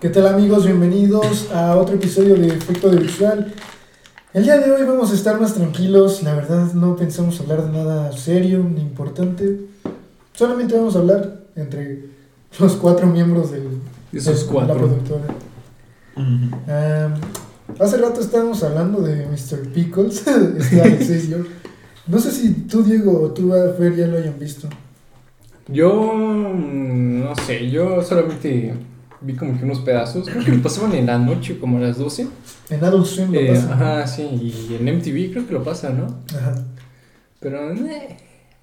¿Qué tal amigos? Bienvenidos a otro episodio de Efecto de Visual. El día de hoy vamos a estar más tranquilos, la verdad no pensamos hablar de nada serio ni importante. Solamente vamos a hablar entre los cuatro miembros del, Esos de la cuatro. productora. Am, hace rato estábamos hablando de Mr. Pickles, este Alexis York. No sé si tú, Diego, o tú, Fer, ya lo hayan visto. Yo mm, no sé, yo solamente vi como que unos pedazos. Creo que lo pasaban en la noche, como a las 12. En Adult Swim lo Eh, pasan. ajá, sí, y en MTV creo que lo pasan, ¿no? Ajá. Pero eh,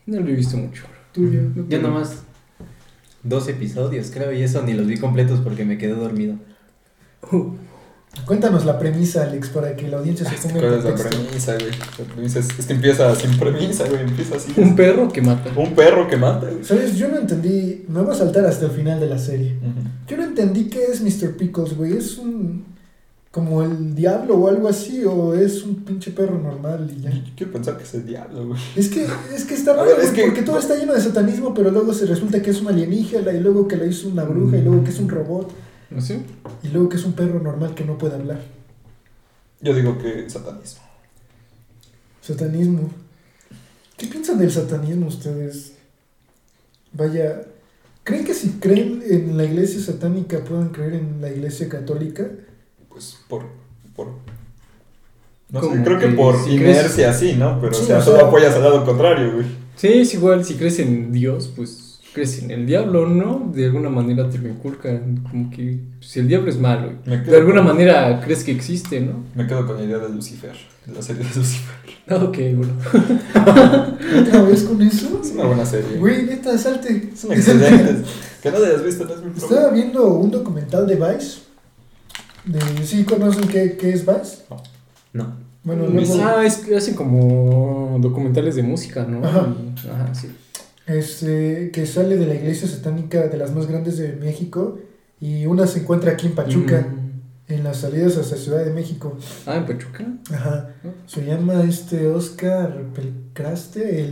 no lo he visto mucho. Tú, Diego. Yo nomás dos episodios, creo, y eso ni los vi completos porque me quedé dormido. Uh, Cuéntanos la premisa, Alex, para que la audiencia se ponga ¿Cuál en es la contexto. premisa, güey? La premisa es, es que empieza sin premisa, güey. Empieza así. un perro que mata. Un perro que mata, güey. ¿Sabes? Yo no entendí. Me voy a saltar hasta el final de la serie. Yo no entendí qué es Mr. Pickles, güey. ¿Es un. como el diablo o algo así? ¿O es un pinche perro normal y ya? Yo quiero pensar que es el diablo, güey. Es que, es que está A raro, ver, es güey, que- porque todo está lleno de satanismo, pero luego se resulta que es un alienígena, y luego que lo hizo una bruja, y luego que Mm. es un robot, ¿No sé? y luego que es un perro normal que no puede hablar. Yo digo que satanismo. Satanismo. ¿Qué piensan del satanismo ustedes? Vaya, ¿creen que si creen en la iglesia satánica puedan creer en la iglesia católica? Pues por. por no Como sé, creo que que por si inercia sí, ¿no? Pero, Sí, o sea, o solo sea- apoyas al lado contrario, güey. Sí, es igual, si crees en Dios, pues crees en el diablo, ¿no? De alguna manera te lo inculcan, como que si el diablo es malo, Me de quedo alguna con- manera crees que existe, ¿no? Me quedo con la idea de Lucifer, de la serie de Lucifer. Ah, Ok, bueno. ¿Otra vez con eso? Es una buena serie. Güey, neta, salte. Es una excelente. que no la hayas visto, no es mi Estaba problema. viendo un documental de Vice. De, ¿Sí conocen qué, qué es Vice? No. Bueno, Mm, luego, Ah, es que hacen como documentales de música, ¿no? Ajá. Y- ajá, sí. este, que sale de la iglesia satánica de las más grandes de México y una se encuentra aquí en Pachuca, Mm. en las salidas hacia Ciudad de México. Ah, en Pachuca. Ajá. ¿No? Se llama este Oscar Pelcraste, el.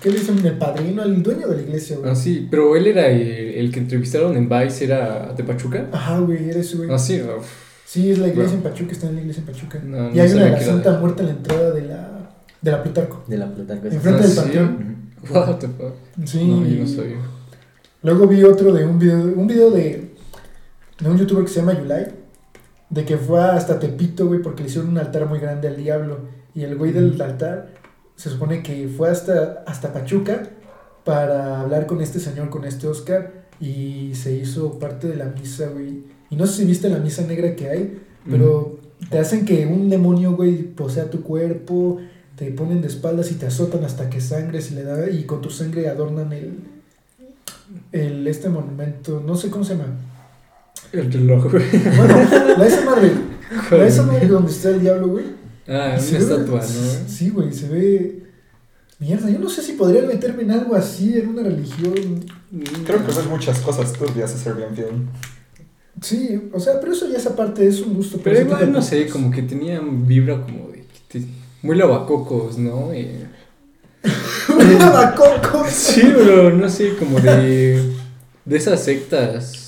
¿Qué le dicen? El padrino, el dueño de la iglesia, güey. Ah, sí, pero él era el, el que entrevistaron en Vice, era de Pachuca. Ajá, güey, era ese güey. Ah, sí, uf, Sí, es la iglesia Bueno. en Pachuca, está en la iglesia en Pachuca. No, y no hay una sabía de la que era Santa de- Muerte a la entrada de la, de la Plutarco. De la Plutarco. Enfrente Ah, del ¿sí? panteón. Ujú. what the fuck. Sí. No, yo no sabía. Luego vi otro de un video, un video de, de un youtuber que se llama Yulai, de que fue hasta Tepito, güey, porque le hicieron un altar muy grande al diablo. Y el güey del altar se supone que fue hasta, hasta Pachuca para hablar con este señor, con este Oscar, y se hizo parte de la misa, güey. Y no sé si viste la misa negra que hay, pero te hacen que un demonio, güey, posea tu cuerpo, te ponen de espaldas y te azotan hasta que sangres y le da, y con tu sangre adornan el, el este monumento, no sé cómo se llama. Mm. El reloj, güey. Bueno, la esa madre, la esa madre donde está el diablo, güey. Ah, Se una ve- estatua, ¿no? Sí, güey, se ve mierda. Yo no sé si podría meterme en algo así, en una religión. Creo que ves muchas cosas turbias de Serbian Film. Sí, o sea, pero eso ya esa parte es un gusto. Pero eso tú igual, te- no sé, como que tenían vibra como de... que te- Muy lavacocos, ¿no? Eh, Un abacoco. Sí, pero no sé, como de. De esas sectas.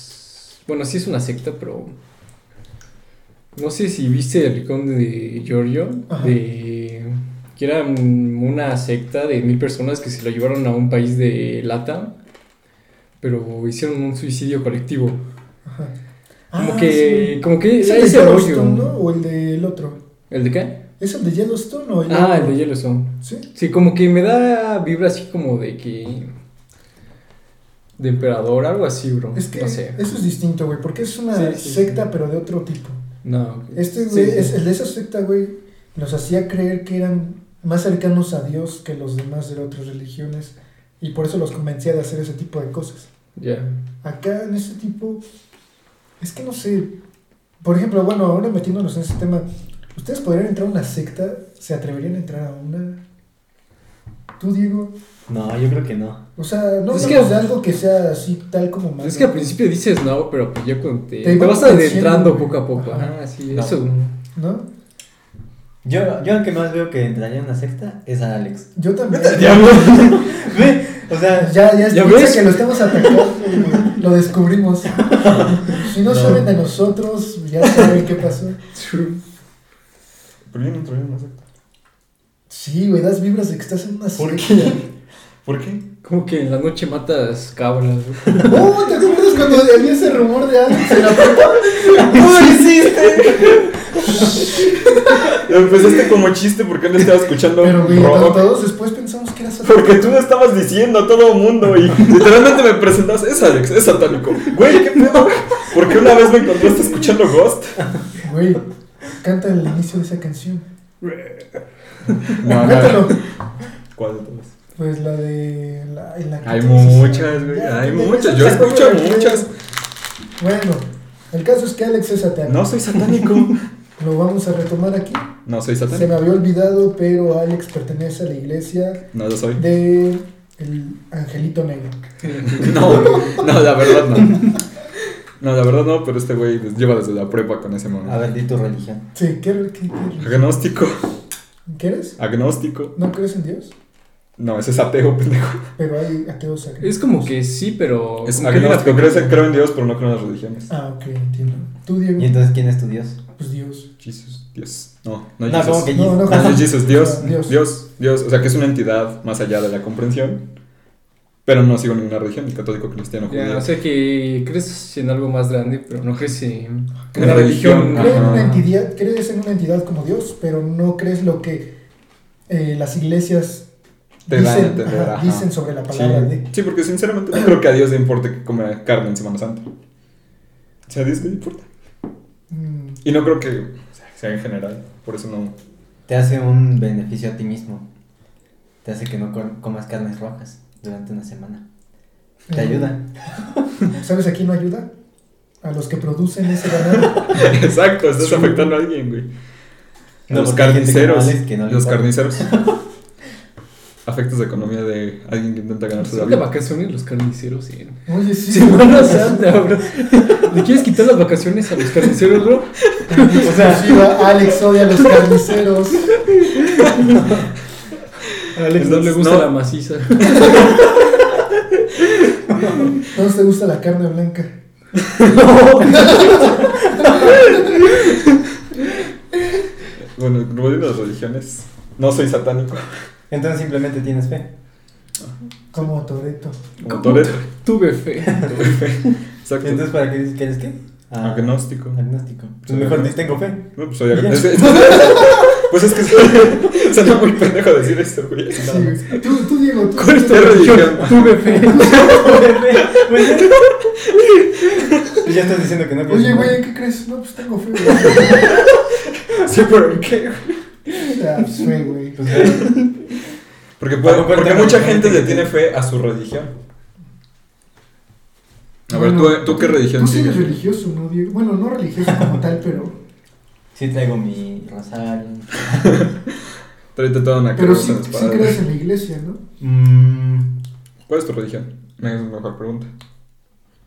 Bueno, sí es una secta, pero. No sé si viste el rincón de Giorgio. Ajá. De. Que era mm, una secta de mil personas que se la llevaron a un país de lata. Pero hicieron un suicidio colectivo. Ajá. Como Ah, que. sí. Como que. ¿Es ahí el de se rollo. Yellowstone, ¿no? ¿O el del otro? ¿El de qué? ¿Es el de Yellowstone o el Ah, el otro? de Yellowstone. Sí. Sí, como que me da vibra así como de que. De emperador, algo así, bro. Es que no sé. eso es distinto, güey, porque es una Sí, sí, secta, sí. pero de otro tipo. No. Este sí, güey, sí. es- el de esa secta, güey, los hacía creer que eran más cercanos a Dios que los demás de otras religiones y por eso los convencía de hacer ese tipo de cosas. Ya. Acá en este tipo, es que no sé, por ejemplo, bueno, ahora metiéndonos en ese tema, ¿ustedes podrían entrar a una secta? ¿Se atreverían a entrar a una? Tú, Diego, No, yo creo que no. o sea, no Es es que- de algo que sea así tal como malo. Es que al principio dices no, pero pues ya cuando Te te, te va vas convenciendo, adentrando güey. poco a poco. Ajá. Ah, sí, No. eso. ¿no? Yo, yo aunque más veo que entraría en una secta es a Alex. Yo también. Ve, o sea, Ya, ya, ¿Ya piensa ves? que lo estamos atacando, güey. lo descubrimos. Si no, No. saben de nosotros, ya saben qué pasó. True. Pero yo no traía una secta. Sí, güey, das vibras de que estás en una ¿Por secta. qué? ¿Por qué? Como que en la noche matas cabras, güey. Oh, ¿te acuerdas cuando había ese rumor de Alex en la prepa? ¡Tú lo hiciste! Lo empezaste como chiste porque él estaba escuchando Pero, güey, rock. todos después pensamos que era satánico. Porque tú lo estabas diciendo a todo mundo y literalmente me presentas, es Alex, es satánico. Güey, ¿qué pedo? ¿Por qué una vez me encontraste escuchando Ghost? Güey, canta el inicio de esa canción. No, Cántalo. ¿Cuál de todas? Pues la de. La, en la que Hay tú dices, muchas, güey, ya, hay ya, muchas. ya, Yo ya, ya, escucho ya. muchas. Bueno, el caso es que Alex es satánico. No soy satánico. Lo vamos a retomar aquí. No soy Se satánico. me había olvidado, pero Alex pertenece a la iglesia No lo soy. de. El Angelito Negro. No, no, la verdad no. No, la verdad no, pero este güey lleva desde la prepa con ese A mamá. bendito religión. Sí, ¿qué, qué, qué, Agnóstico. qué eres? Agnóstico. ¿No crees en Dios? No, ese es ateo, pendejo. Pero hay ateos sagrados. Es como que sí, pero. Es como que hay una agnóstico. Creo, película- creo en Dios, pero no creo en las religiones. Ah, ok, entiendo. ¿Tú, Diego? ¿Y entonces quién es tu Dios? Pues Dios. Jesús, Dios. No, no, No, Jesus. como que No, no, No, no es Jesús. Jesus, Dios, Ah, Dios. Dios, Dios, O sea, que es una entidad más allá de la comprensión. Pero no sigo ninguna religión, ni católico, cristiano, Ya, judío. o sea que crees en algo más grande, pero no crees en En una la religión, religión. Creo en Ajá. una entidad, crees en una entidad como Dios, pero no crees lo que eh, las iglesias Te dan a dicen, entender, ajá, ajá. dicen sobre la Sí. palabra de. Sí, porque sinceramente no creo que a Dios le importe que coma carne en Semana Santa. O sea, a Dios no le importa. Mm, Y no creo que o sea, sea en general. Por eso no. Te hace un beneficio a ti mismo. Te hace que no com- comas carnes rojas durante una semana. Te eh, ayuda. ¿Sabes a quién no ayuda? A los que producen ese ganado. Exacto, estás Sí. afectando a alguien, güey. No, los porque hay gente como carniceros. Alex que no le los importa. carniceros. Afectas la economía de alguien que intenta ganarse la Son de vida. vacaciones los carniceros en Oye, sí. Semana Santa, bro. ¿Le quieres quitar las vacaciones a los carniceros, bro? O sea, Alex odia a los carniceros. A Alex no le Entonces, gusta no. la maciza. No te gusta la carne blanca. Bueno, volviendo a las religiones. No soy satánico. Entonces simplemente tienes fe. Como Toreto. Como ¿Cómo Toretto. Tuve fe. Exacto. Entonces, ¿para qué dices que eres qué? Ah, Agnóstico. Agnóstico. Pues Sí, mejor di agnóstico. tengo fe. No, pues soy agnóstico. Pues es que soy. Suena muy pendejo decir esto, güey. Sí, güey. tú, tú, Diego, tú. ¿Cuál es tu Qué religión? religión. Tuve fe. Pues ya. Pues ya estás diciendo que no crees Oye, en güey, Dios. ¿en ¿qué crees? No, pues tengo fe. güey. Sí, pero ¿en qué? Ah, pues fe, güey. Pues ve, Porque, puede- porque porque mucha no, gente no, le no. tiene fe a su religión. A ver, Bueno, ¿tú, ¿tú qué religión Tú Pues sí eres sigues? religioso, ¿no, Diego? Bueno, no religioso como tal, pero... sí traigo mi rosario. Tráete toda una Pero cruz sí, en la sí espalda. crees en la iglesia, ¿no? Mm, ¿Cuál es tu religión? Me es mejor pregunta.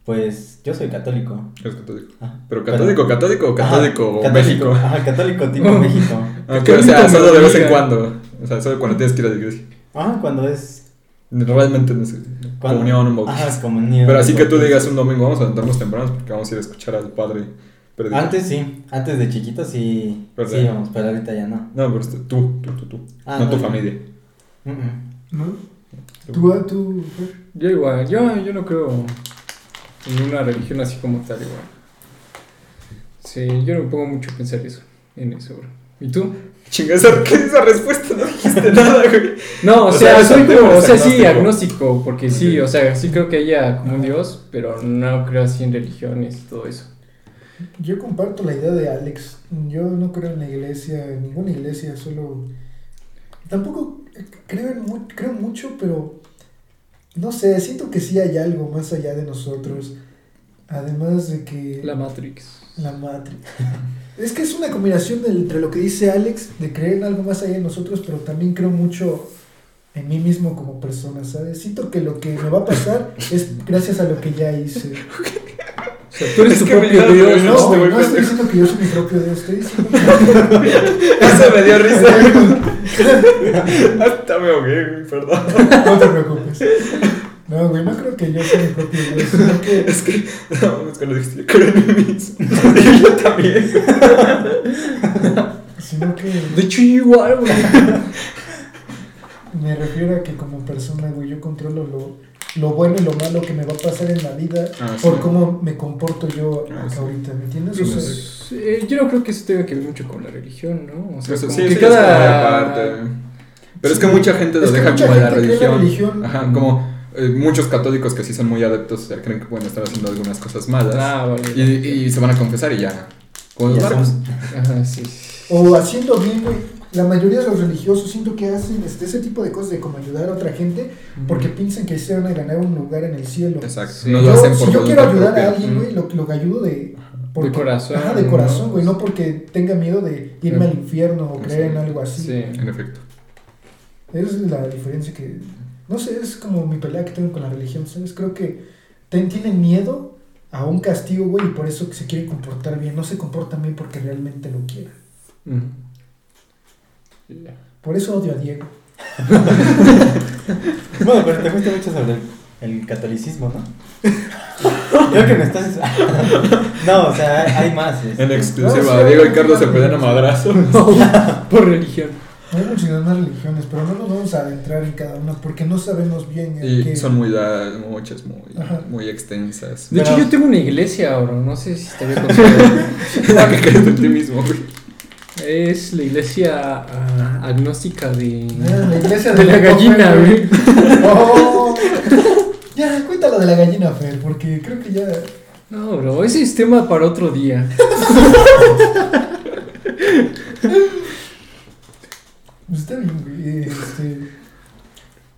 pues yo soy católico. Eres católico. Ah, Pero católico, católico o católico Ajá, México. Ajá, católico tipo Oh. México. Ok, Católico Ah, o sea, solo de vez en México. cuando. O sea, solo cuando tienes que ir a la iglesia. Ah, cuando es. Realmente no sé. Cuando, Comunión, un bautismo. Ah, Ajá, es comunión. Pero así que tú Porque- digas un domingo, vamos a levantarnos temprano porque vamos a ir a escuchar al padre. Ah. predicar. Antes sí, antes de chiquito sí. ¿Verdad? Sí, vamos, pero ahorita ya no. No, pero este, tú, tú, tú, tú. Ah, no tu no, yo. familia. Mm, mm. ¿No? Tú, ah, tú... Fer? Yo igual, yo, yo no creo en una religión así como tal, igual. Sí, yo no me pongo mucho a pensar eso, en eso, bro. ¿Y tú? Chinga, esa, ¿qué es esa respuesta? No dijiste nada, güey. No, o, O sea, sea, soy bastante, como, pero o sea, es sí, agnóstico. agnóstico, porque sí, o sea, sí creo que haya como un dios, pero no creo así en religiones y todo eso. Yo comparto la idea de Alex. Yo no creo en la iglesia, en ninguna iglesia, solo... Tampoco creo, en mu- creo mucho, pero... No sé, siento que sí hay algo más allá de nosotros. Además de que... La Matrix. La madre. Es que es una combinación del- entre lo que dice Alex, de creer en algo más allá de nosotros, pero también creo mucho en mí mismo como persona, ¿sabes? Siento que lo que me va a pasar es gracias a lo que ya hice. O sea, tú eres Es tu que me da propio dios, vergüenza. ¿no? No, güey, este güey no estoy pendejo. diciendo que yo soy mi propio Dios, estoy diciendo que... Eso me dio risa. Hasta me ahogué, güey, perdón. No te preocupes. No, güey, no creo que yo sea mi propio Dios, sino que Es que, no, mames, cuando dijiste, yo creo en mí mismo. Y yo también. güey. Sino De que hecho, yo igual, güey. me refiero a que como persona, güey, yo controlo lo, lo bueno y lo malo que me va a pasar en la vida Ah, sí. por cómo me comporto yo Ah, acá sí. ahorita, ¿me entiendes? O Sí, sea, sí. Pues, eh, yo no creo que eso tenga que ver mucho con la religión, ¿no? O sea, Eso como sí, que sí, es como cada... aparte. Pero es que mucha gente lo Es que deja mucha como la gente cree en religión. la religión. Ajá, como eh, muchos católicos que sí son muy adeptos, o sea, creen que pueden estar haciendo algunas cosas malas. Ah, vale. y, y se van a confesar y ya. Con los Ya barcos. son- Ajá, sí. O haciendo bien, güey. La mayoría de los religiosos siento que hacen este, ese tipo de cosas de como ayudar a otra gente porque piensan que se van a ganar un lugar en el cielo. Exacto. Sí. No Yo, lo hacen por si yo quiero voluntad ayudar propia. a alguien, güey, Mm. lo, lo que ayudo de... porque- corazón, Ajá, de ¿no? corazón, güey. No pues, porque tenga miedo de irme Ajá. al infierno o creer en Exacto. algo así. Sí. En efecto. Esa es la diferencia que... No sé, es como mi pelea que tengo con la religión, ¿sabes? Creo que ten- tienen miedo a un castigo, güey, y por eso que se quieren comportar bien. No se comportan bien porque realmente lo quieren. Mm. Ya. Por eso odio a Diego. Bueno, pero te fuiste mucho sobre el, el catolicismo, ¿no? Creo que me estás. no, o sea, hay, hay más. este. En exclusiva, No, sí, Diego no, y Carlos se no, pelean a no. madrazo. Por religión. Hay muchas más religiones, pero no nos vamos a adentrar en cada una porque no sabemos bien en Y qué- son muy da- muchas, muy, Ajá. muy extensas. De hecho, Pero- yo tengo una iglesia ahora, no sé si te había contado. La que crees en ti mismo, güey. es la iglesia ah, agnóstica de... Ah, la iglesia de la gallina, güey. Oh. Ya, cuéntalo de la gallina, Fer, porque creo que ya. No, bro, ese es tema para otro día. Pues Está bien, güey. Este,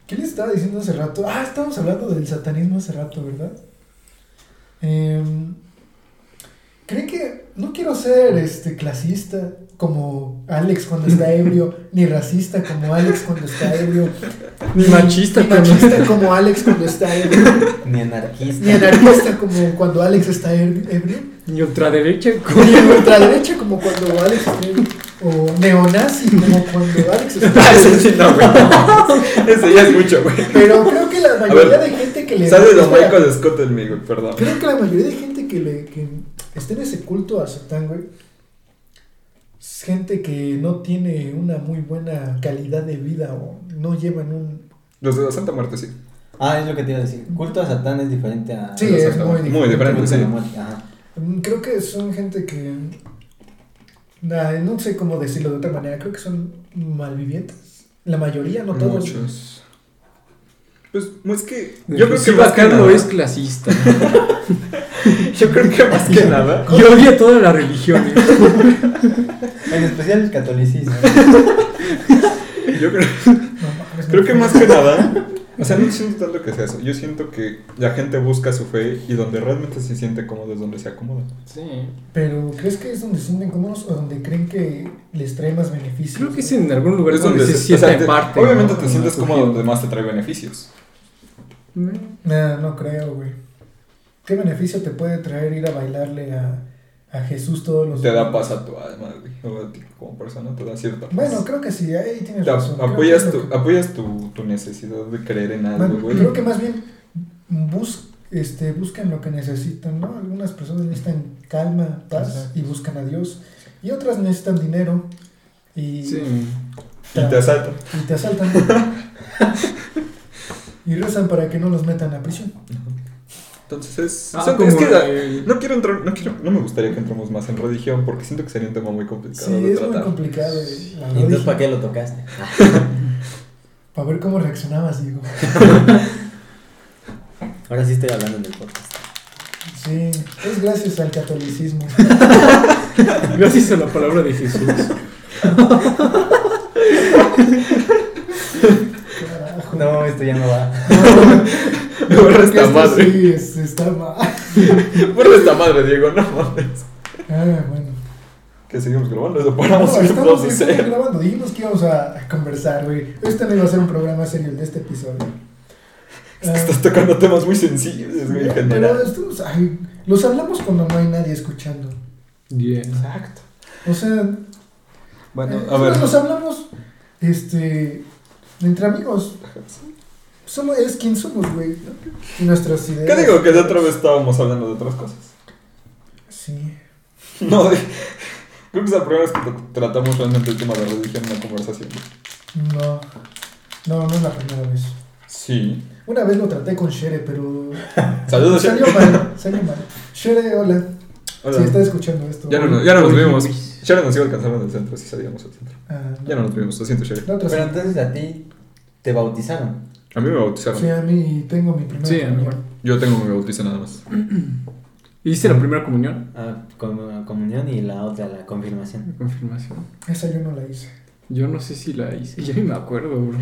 ¿Qué les estaba diciendo hace rato? Ah, estábamos hablando del satanismo hace rato, ¿verdad? Em, ¿Creen que.? No quiero ser este, clasista como Alex cuando está ebrio, ni racista como Alex cuando está ebrio, Ni machista ni también. machista como Alex cuando está ebrio. Ni anarquista. Ni anarquista como cuando Alex está ebrio. ebrio, Ni ultraderecha. co- Ni ultraderecha como cuando Alex está ebrio. O neonazi como cuando Alex está ebrio. Ah, Ese sí, no, güey. no. Ese ya es mucho, güey. Pero creo que la mayoría ver, de gente que le. Sale los espera, Michael Scott en mí, güey, perdón. Creo que la mayoría de gente que le que está en ese culto a Satán, güey. Es gente que no tiene una muy buena calidad de vida o no llevan un. Los de la Santa Muerte, sí. Ah, es lo que te iba a decir. Culto a Satán es diferente a. Sí, Los es Santa muy Muerte. Ah, muy diferente. diferente, Culto a sí. la muerte, ajá. Mm, Creo que son gente que. nah, no sé cómo decirlo de otra manera. Creo que son malvivientes. La mayoría, no todos. Muchos. Pues, no, es que. Yo creo que más que Bacardo nada- es clasista. Yo creo que más que nada. Y odia toda la religión. güey. En especial el catolicismo. Yo creo, No mames, creo me que fui. más que nada. O sea, no siento tanto que sea eso. Yo siento que la gente busca su fe y donde realmente se siente cómodo es donde se acomoda. Sí. Pero, ¿crees que es donde se sienten cómodos o donde creen que les trae más beneficios? Creo que es en algún lugar Es donde, se, o sienta sea, en te- parte. Obviamente ¿no? te sientes Acogido. cómodo donde más te trae beneficios. Mm. Nah, no creo, güey. ¿Qué beneficio te puede traer ir a bailarle a, a Jesús todos los Te da domingos? paz a tu alma, güey. O a ti como persona te da cierta paz. Bueno, creo que sí, ahí tienes Te ap- razón. Creo que apoyas, es lo tu, que- apoyas tu, tu necesidad de creer en algo, Bueno, güey. creo que más bien bus, este, buscan lo que necesitan, ¿no? Algunas personas necesitan calma, paz Exacto. y buscan a Dios. Y otras necesitan dinero y, Sí. Y te asaltan. y te asaltan. y rezan para que no los metan a prisión. Entonces es. Ah, son- como es que la- el- no quiero entrar. No, quiero, no me gustaría que entremos más en religión porque siento que sería un tema muy complicado Sí, de es muy tratar. complicado. güey. La ¿Y entonces verdad, para qué lo tocaste? Para ver cómo reaccionabas, digo. Ahora sí estoy hablando en el podcast. Sí, es gracias al catolicismo. Gracias a la palabra de Jesús. Carajo. No, esto ya no va. Me borra Porque esta esto madre. este sí es- está mal. Borra esta madre, Diego, no mames. Ah, bueno. Que seguimos grabando, eso paramos No, en dos estamos de estamos cero. grabando. Dijimos que íbamos a conversar, güey. Este no iba a ser un programa serio el de este episodio. Es que Ah, estás tocando temas muy sencillos, güey, en pero general. estos, ay, los hablamos cuando no hay nadie escuchando. Yeah. Exacto. O sea, Bueno, eh, a ver. los hablamos este, entre amigos. somos, es quien somos, güey. ¿no? Y nuestras ideas. ¿Qué digo? Que de otra vez estábamos hablando de otras cosas. Sí. No, de- creo que es la primera vez que tra- tratamos realmente el tema de religión en una conversación. No. No, no es la primera vez. Sí. Una vez lo traté con Shere, pero. Saludos, Salió Sharon. mal, salió mal. Shere, hola. Hola. Si estás escuchando esto. Ya no, no. nos- ya no nos Oye, vimos. Luis. Sharon nos iba a alcanzar en el centro, si salíamos al centro. Ah, Ya no nos vimos, lo siento, Sharon. La otra Pero Pues sí. entonces a ti te bautizaron. A mí me bautizaron. Sí, a mí tengo mi primera. Sí, a mí comunión. igual. Yo tengo mi bautizo nada más. ¿Hiciste la primera comunión? Ah, con la comunión y la otra, la confirmación. La confirmación. Esa yo no la hice. Yo no sé si la hice. Ya ni me acuerdo, bro.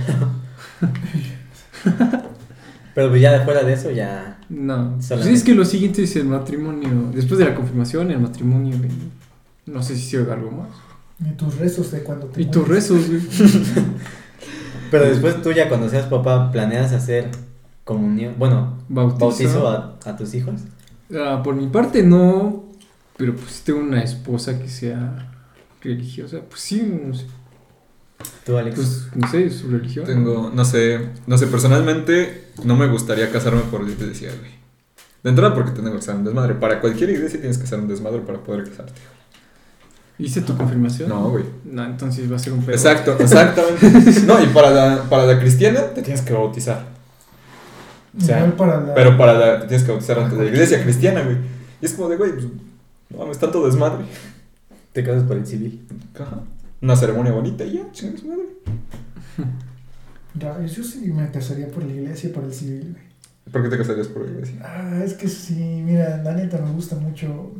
Pero pues ya de fuera de eso ya... No. Pues Solamente. es que lo siguiente es el matrimonio. Después de la confirmación, el matrimonio, güey. No sé si se oiga algo más. Y tus rezos de cuando te. Y tus mueres. rezos, güey. Pero después tú ya cuando seas papá planeas hacer comunión, bueno, Bautizo. bautizo a, a tus hijos. Ah, por mi parte, no. Pero pues si tengo una esposa que sea religiosa. Pues sí, no sé. Tú, Alex. Pues no sé, su religión. Tengo, no sé, no sé, personalmente no me gustaría casarme por iglesia, güey. De entrada porque tengo que ser un desmadre. Para cualquier iglesia tienes que ser un desmadre para poder casarte. ¿Hice tu confirmación? No, güey. No, entonces va a ser un pedo. Exacto, exactamente. No, y para la, para la cristiana te tienes que bautizar. O sea, Igual para la- Pero para la, te tienes que bautizar antes de la iglesia cristiana, güey. Y es como de, güey, pues, no mames, tanto desmadre. Te casas por el civil. Ajá. Una ceremonia bonita y ya, chingas madre. Ya, Yo sí me casaría por la iglesia y por el civil, güey. ¿Por qué te casarías por la iglesia? Ah, es que sí, mira, la neta me gusta mucho.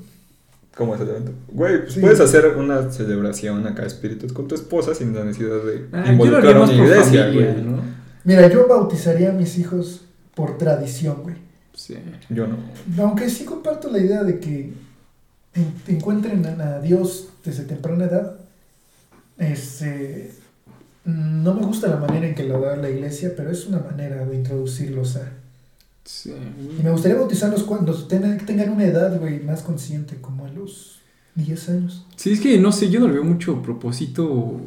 ¿Cómo es el evento? Güey, pues Sí. puedes hacer una celebración acá espíritus con tu esposa sin la necesidad de Ah, yo lo haría involucrar a más una por iglesia, familia, güey. ¿no? Mira, yo bautizaría a mis hijos por tradición, güey. Sí. Yo no. Aunque sí comparto la idea de que en- encuentren a, a Dios desde temprana edad, este, no me gusta la manera en que lo da la iglesia, pero es una manera de introducirlos a... Sí. Y me gustaría bautizarlos cuando tengan, tengan una edad, güey, más consciente, como a los 10 años. Sí, es que no sé, yo no le veo mucho propósito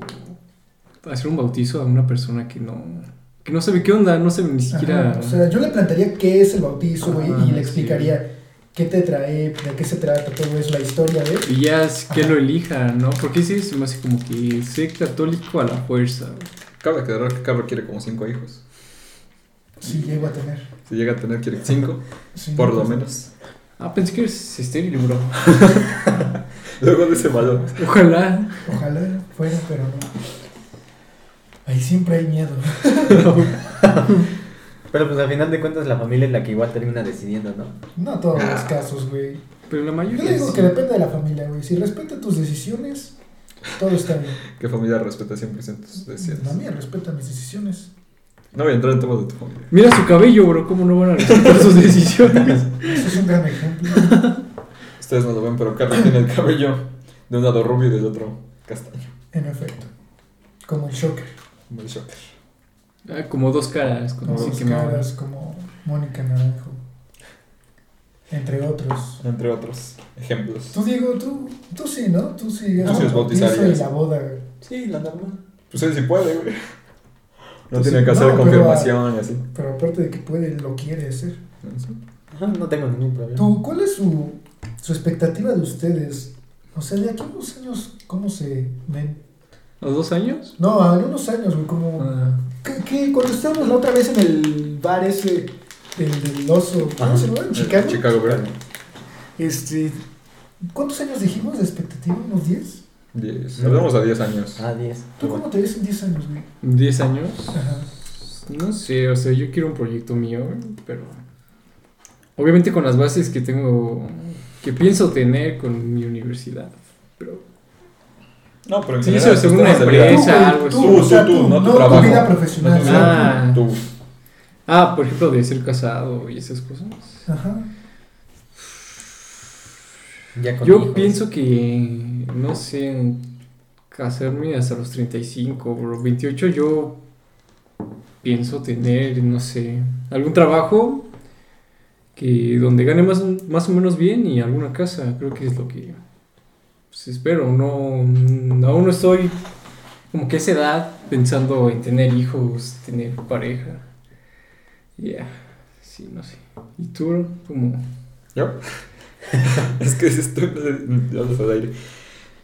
hacer un bautizo a una persona que no que no sabe qué onda, no sabe ni siquiera. Ajá, o sea, yo le plantearía qué es el bautizo, güey, Ah, y le sí. explicaría qué te trae, de qué se trata, todo eso, la historia de... y ya es que Ajá. lo elija, ¿no? Porque sí se me hace como que ser católico a la fuerza. güey. Cabe aclarar que Carlos quiere como cinco hijos. Si llego a tener. Si llega a tener, quiere cinco, Sí, por lo pues, menos. Ah, pensé que eres estéril, bro. Luego de ese valor. Ojalá. Ojalá fuera, pero no. Ahí siempre hay miedo. Pero pues al final de cuentas la familia es la que igual termina decidiendo, ¿no? No todos Ah. los casos, güey. Pero la Yo mayoría. le digo sí. que depende de la familia, güey. Si respeta tus decisiones, todo está bien. Que familia respeta 100% tus Mm, decisiones. La mía respeta mis decisiones. No voy a entrar en temas de tu familia. Mira su cabello, bro, cómo no van a respetar sus decisiones. Eso es un gran ejemplo. Ustedes no lo ven, pero Carlos tiene el cabello de un lado rubio y del otro castaño. En efecto. Como el Shocker. Como el shocker. Ah, como dos caras, como Como así sus que me- caras, como Mónica Naranjo. Entre otros. Entre otros ejemplos. Tú, Diego, tú, tú sí, ¿no? Tú sí. Yo sí los bautizaría. Eso y la boda, güey. Sí, la normal. Pues él sí puede, güey. No Tú tiene sí- que hacer no, pero- confirmación y así. Pero aparte de que puede, lo quiere hacer. Ajá, no tengo ningún problema. ¿Tú, ¿Cuál es su, su expectativa de ustedes? O sea, de aquí a unos años, ¿cómo se ven? ¿A los dos años? No, a unos años, güey, como... Ah. ¿Qué, qué? Cuando estábamos la otra vez en el bar ese del, del oso, ¿cómo Ajá. se llama? ¿En Chicago? Chicago, ¿verdad? Este, ¿Cuántos años dijimos de expectativa? ¿Unos 10? 10. Hablamos a 10 años. Ah, 10. ¿Tú cómo te ves en 10 años, güey? ¿Diez años? Ajá. No sé, o sea, yo quiero un proyecto mío, pero. Obviamente con las bases que tengo. que pienso tener con mi universidad. Pero. No, pero en Sí, general, eso según tus temas una de vida. empresa. güey, algo así. o sea, Tú, tú, tú, no tu tu trabajo. vida profesional. No o tu sea, Ah, Tú. ah, por ejemplo, de ser casado y esas cosas. tú- Ajá. Ya con Yo hijos. pienso que. no sé. casarme hasta los 35 o 28, yo. pienso tener, no sé. algún trabajo. que donde gane más, más o menos bien y alguna casa, creo que es lo que pues, espero. No, mm, aún no estoy como que a esa edad pensando en tener hijos, tener pareja. Yeah. Sí, no sé. ¿Y tú, como ¿Yo? es que si estoy. Ya no sé de aire.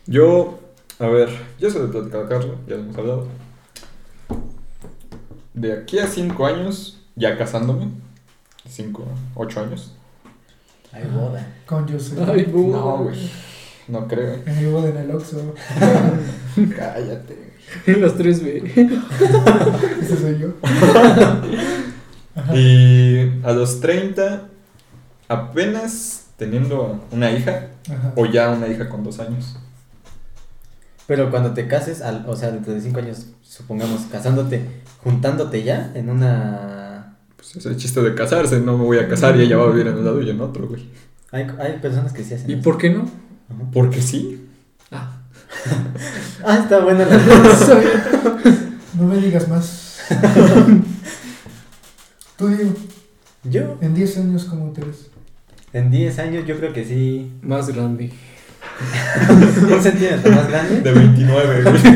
Yo. A ver, yo soy de Plata Carlos, ya lo hemos hablado. De aquí a 5 años, ya casándome. 5, 8 años. Hay boda. Con Joseph. Ay, bu- No, güey. No creo. Me llevo de en el Oxxo. Cállate. En las 3B. Ese soy yo. Y a los 30, apenas teniendo una hija, Ajá. o ya una hija con 2 años. Pero cuando te cases, al- o sea, dentro de cinco años, supongamos, casándote, juntándote ya en una... Pues ese es el chiste de casarse, no me voy a casar y ella va a vivir en un lado y en otro, güey. Hay, hay personas que sí hacen ¿Y eso. por qué no? Ajá. Porque sí. Ah, Ah, está buena la No me digas más. Tú digo, Yo, en 10 años, ¿cómo te ves? en 10 años, yo creo que sí. más grande. Un centímetro más grande. De 29, güey.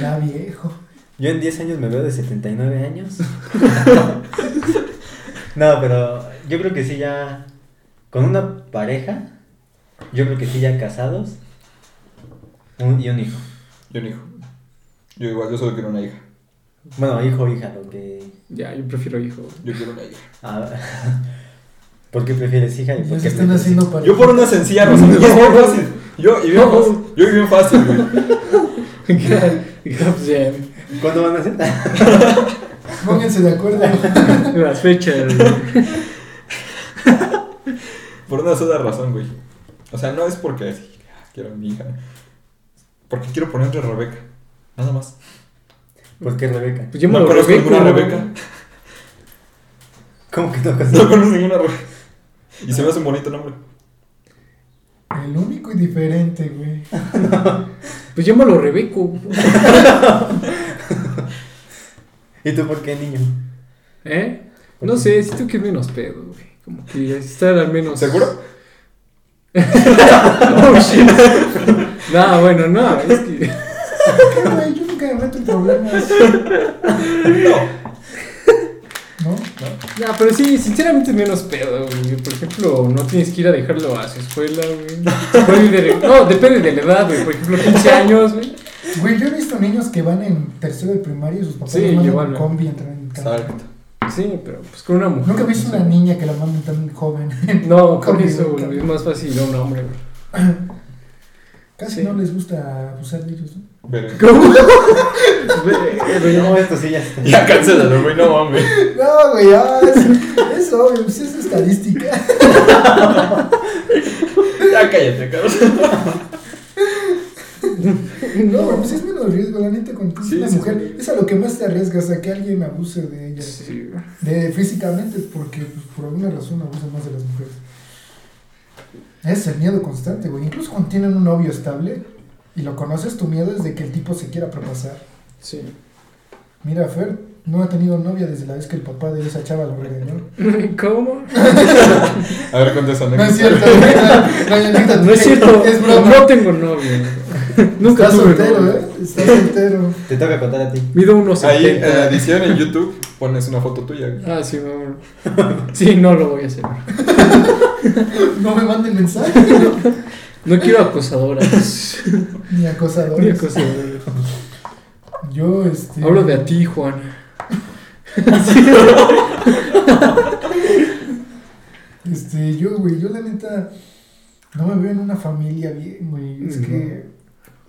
Ya viejo. Yo en 10 años me veo de 79 años. no, pero yo creo que sí ya con una pareja, yo creo que sí ya casados un, y un hijo. Yo un hijo. Yo igual, yo solo quiero una hija. Bueno, hijo, hija, lo que... Ya, yo prefiero hijo. Yo quiero una hija. ah, ¿Por qué prefieres hija? y Ya por se qué están prefieres haciendo para. Yo por una sencilla razón. y es bien fácil. Yo, y bien No. fácil. Yo y bien fácil, güey. Ya, pues, ya, hijo? ¿Cuándo van a ser? Pónganse de acuerdo. Las fechas. Por una sola razón, güey. O sea, no es porque así, "Ah, quiero mi hija. Porque quiero ponerle a Rebeca. Nada más. ¿Por qué Rebeca? Pues yo me no lo conozco rebeco. ninguna Rebeca. ¿Cómo que no casas? No conozco ninguna Rebeca. Y se me hace un bonito nombre. El único y diferente, güey. Pues yo me lo rebeco. ¿Y tú por qué niño? ¿Eh? No sé, siento que es menos pedo, güey. Como que estar al menos. ¿Seguro? Oh, shit. no, bueno, no, es que. ¿Qué, güey? Yo nunca me meto en problemas. No. ¿No? No, pero sí, sinceramente es menos pedo, güey. Por ejemplo, no tienes que ir a dejarlo a su escuela, güey. Puede ir de- No, depende de la edad, güey. Por ejemplo, 15 años, güey. Güey, yo he visto niños que van en tercero de primaria y sus papás Sí, los mandan igual, en güey. combi a entrar en carro. Exacto. Sí, pero pues con una mujer. Nunca he visto no sé. una niña que la manden tan joven. No, con Combi, eso, güey. güey. Es más fácil a un hombre, güey. Casi Sí. no les gusta abusar de ellos. ¿no? Pero... ¿Cómo? eh, No, esto sí ya está. Ya cancélalo, güey, no mames. No, güey, ah, es, es obvio, pues es estadística. Ya cállate, cabrón. No, güey, pues es menos riesgo, la neta, cuando tú eres Sí, una sí, mujer, sí. es a lo que más te arriesgas, a que alguien abuse de ella. Sí, güey. De, físicamente, porque pues, por alguna razón abusan más de las mujeres. Es el miedo constante, güey. Incluso cuando tienen un novio estable y lo conoces, tu miedo es de que el tipo se quiera propasar. Sí. Mira, Fer no ha tenido novia desde la vez que el papá de esa chava lo regañó. ¿Cómo? A ver, contesta. No es cierto, güey, no, no, no, No es cierto. Es broma. No tengo novio. Nunca Estás tuve soltero, novio. ¿eh? Estás soltero. Te toca contar a ti. Mido unos Ahí eh, en 70. la edición en YouTube pones una foto tuya. güey. Ah, sí, mi amor. Sí, no lo voy a hacer. No me manden mensajes No quiero acosadoras. ni Ni acosadores. acosadoras. Yo, este. Hablo de a ti, Juan. Este, yo, güey, yo la neta no me veo en una familia bien, güey. Es No. que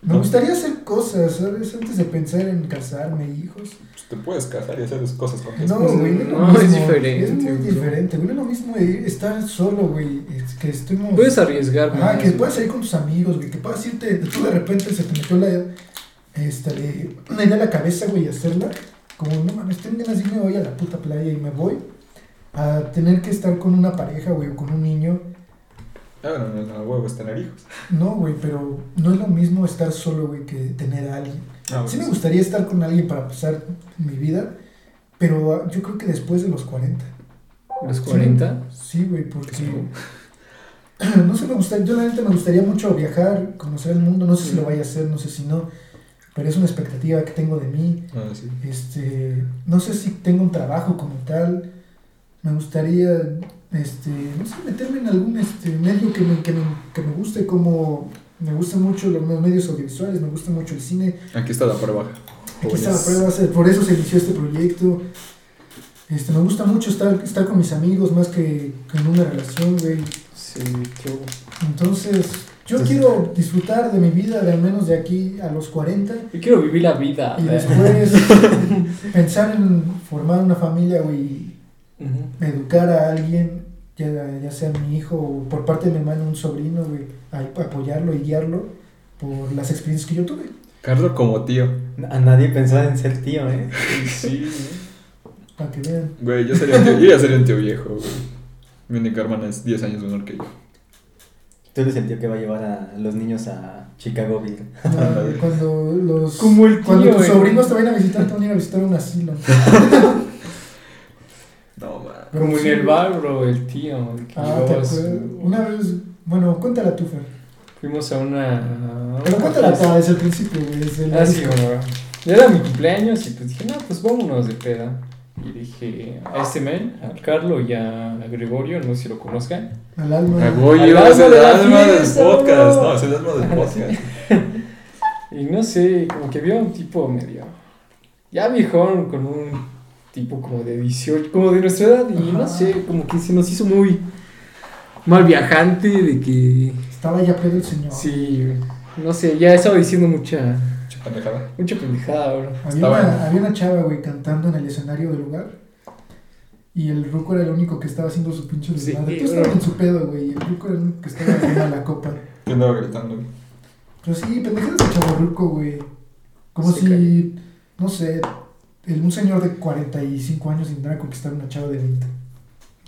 me gustaría hacer cosas, ¿sabes? Antes de pensar en casarme, hijos. Pues te puedes casar y hacer cosas con No, eso. pues, güey, no, es, lo no, es mismo. diferente, Es muy bro. diferente, güey. No es lo mismo eh, estar solo, güey. Es que estemos. Puedes arriesgar Ah, más, que güey. puedas salir con tus amigos, güey. Que puedas irte. Tú de repente se te metió la. Esta de. Una idea a la cabeza, güey, y hacerla. Como, no mames, tengo ganas de irme hoy a la puta playa y me voy. A tener que estar con una pareja, güey, o con un niño. Ah, no, no, no, huevo es tener hijos. No, güey, pero no es lo mismo estar solo, güey, que tener a alguien. Ah, Sí me gustaría estar con alguien para pasar mi vida, pero ah, yo creo que después de los 40. Los 40. Sí, güey, porque... No sé, me gustaría, yo la neta me gustaría mucho viajar, conocer el mundo, no sé si lo vaya a hacer, no sé si no. pero es una expectativa que tengo de mí. Ah, sí. Este, no sé si tengo un trabajo como tal. Me gustaría, este, no sé, meterme en algún este, medio que me, que, me, que me guste, como me gustan mucho los medios audiovisuales, me gusta mucho el cine. Aquí está la prueba. Aquí está la jóvenes. prueba, se- por eso se inició este proyecto. Este, me gusta mucho estar, estar con mis amigos más que, que en una relación, güey. Sí, qué hubo. Entonces, yo Entonces- quiero disfrutar de mi vida de al menos de aquí a los 40 Yo quiero vivir la vida. y eh. después pensar en formar una familia, güey, y Ujú. educar a alguien, ya, ya sea mi hijo o por parte de mi hermano un sobrino, güey, a- apoyarlo y guiarlo por las experiencias que yo tuve. Carlos como tío. A nadie pensaba en ser tío, ¿eh? Y Sí, Para que vean. Güey, yo sería un tío, yo ya sería un tío viejo, güey. Mi única hermana es 10 años menor que yo. Tú eres el tío que va a llevar a los niños a Chicago Beer. No, cuando los Como el tío, cuando tus güey. sobrinos te vayan a visitar, te van a ir a visitar un asilo. No, man. como en Sí. el bar, bro, el tío. que Ah, llevaba te acuerdas. su- Una vez, bueno, cuéntala tú, Fer. Fuimos a una. Pero cuéntala toda desde el principio, güey, desde el Ah, sí, bueno, ya era mi cumpleaños y pues dije, no, pues vámonos de peda. Y dije a este men, a Carlo y a Gregorio, no sé si lo conozcan. al alma. Agoyo Al es el alma de la alma del fiesta, podcast. bro. No, es el alma del Ah, podcast. Y no sé, como que vio a un tipo medio. Ya viejón, con un tipo como de 18, como de nuestra edad. Y no Ajá. sé, como que se nos hizo muy mal viajante de que. Estaba ya pedo el señor. Sí, no sé, ya estaba diciendo mucha. Mucha pendejada. mucha pendejada, bro. Había Estaba- una, había una chava, güey, cantando en el escenario del lugar. Y el ruco era el único que estaba haciendo su pinche Sí, desmadre. Tú bro. estabas en su pedo, güey. Y el ruco era el único que estaba haciendo la copa. Yo andaba gritando. güey. Pero sí, pendejadas de chavorruco, güey. Como Sí, si, cae. no sé, el- un señor de 45 años intentara conquistar a una chava de 20.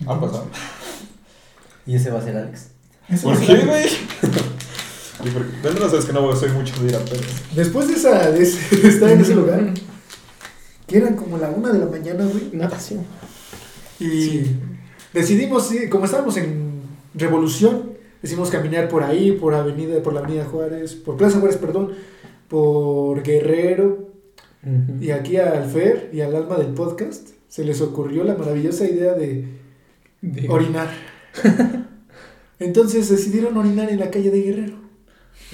Ah, pues, ah. ¿Y ese va a ser Alex? Esa ¿Por es qué, la- güey? Y porque- Dentro no sabes que no soy mucho de ir a pedas. Después de, esa, de ese- de estar en ese lugar, que eran como la una de la mañana, güey. Nada, sí. Y decidimos, sí, como estábamos en Revolución, decidimos caminar por ahí, por avenida, por la avenida Juárez, por Plaza Juárez, perdón, por Guerrero, y aquí al Fer y al alma del podcast se les ocurrió la maravillosa idea de De- orinar. Entonces decidieron orinar en la calle de Guerrero.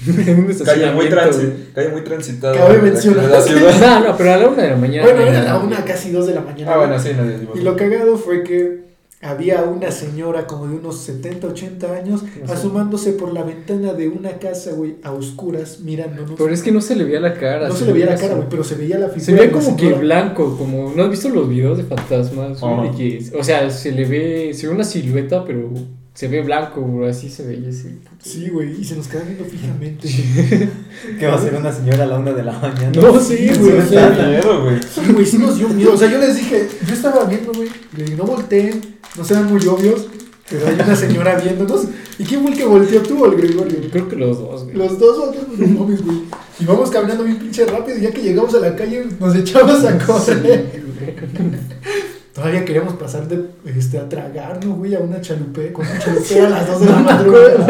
en un Calle muy, estacionamiento, güey. transi calle muy transitada. Cabe de la- mencionar. De la ciudad. No, no, pero a la una de la mañana. Bueno, era era la una, casi dos de la mañana. Ah, bueno, sí, nadie dijo. Y lo cagado fue que había una señora como de unos 70, 80 años sé. asomándose por la ventana de una casa, güey, a oscuras, mirándonos. Pero es que no se le veía la cara. no se le veía la cara, su- güey, pero se veía la figura. Se veía de la como que señora. blanco, como. ¿No has visto los videos de fantasmas? Ah. güey? De Ajá. que- o sea, se le ve. Se ve una silueta, pero se ve blanco, bro. Así se veía así. Sí, güey, y se nos queda viendo fijamente. ¿Qué va a ser una señora a la una de la Ah, mañana? No, sí, güey. o Me da sea, miedo, güey. Sí, güey, sí nos dio miedo. O sea, yo les dije, yo estaba viendo, güey, le dije, no volteen, no sean muy obvios, pero hay una señora viéndonos. ¿Y quién fue el que volteó tú o el Gregorio? Creo que los dos, güey. Los dos volteamos, no mames, güey. Y vamos caminando bien pinche rápido, y ya que llegamos a la calle, nos echamos a correr. Todavía queríamos pasar de este, a tragarnos, güey, a una chalupe, con una chalupe a las 2 de la madrugada.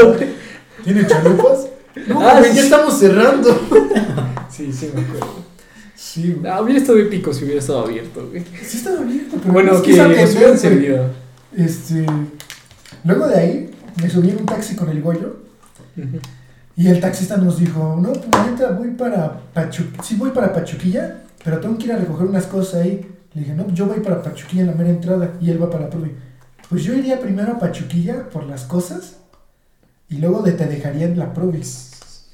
¿Tiene chalupas? No, Ah, güey, sí. ya estamos cerrando. Sí, sí, me acuerdo. Sí, güey. Ah, hubiera estado épico si hubiera estado abierto, güey. Sí estaba abierto, pero Bueno, es que esa nos hubieran pendeja, güey. servido. Este, luego de ahí, me subí en un taxi con el Goyo. Y el taxista nos dijo, no, pues ahorita voy para Pachuquilla, sí voy para Pachuquilla, pero tengo que ir a recoger unas cosas ahí. Le dije, no, pues, yo voy para Pachuquilla en la mera entrada y él va para Prudy. Pues yo iría primero a Pachuquilla por las cosas y luego de- te dejaría en la Prudy.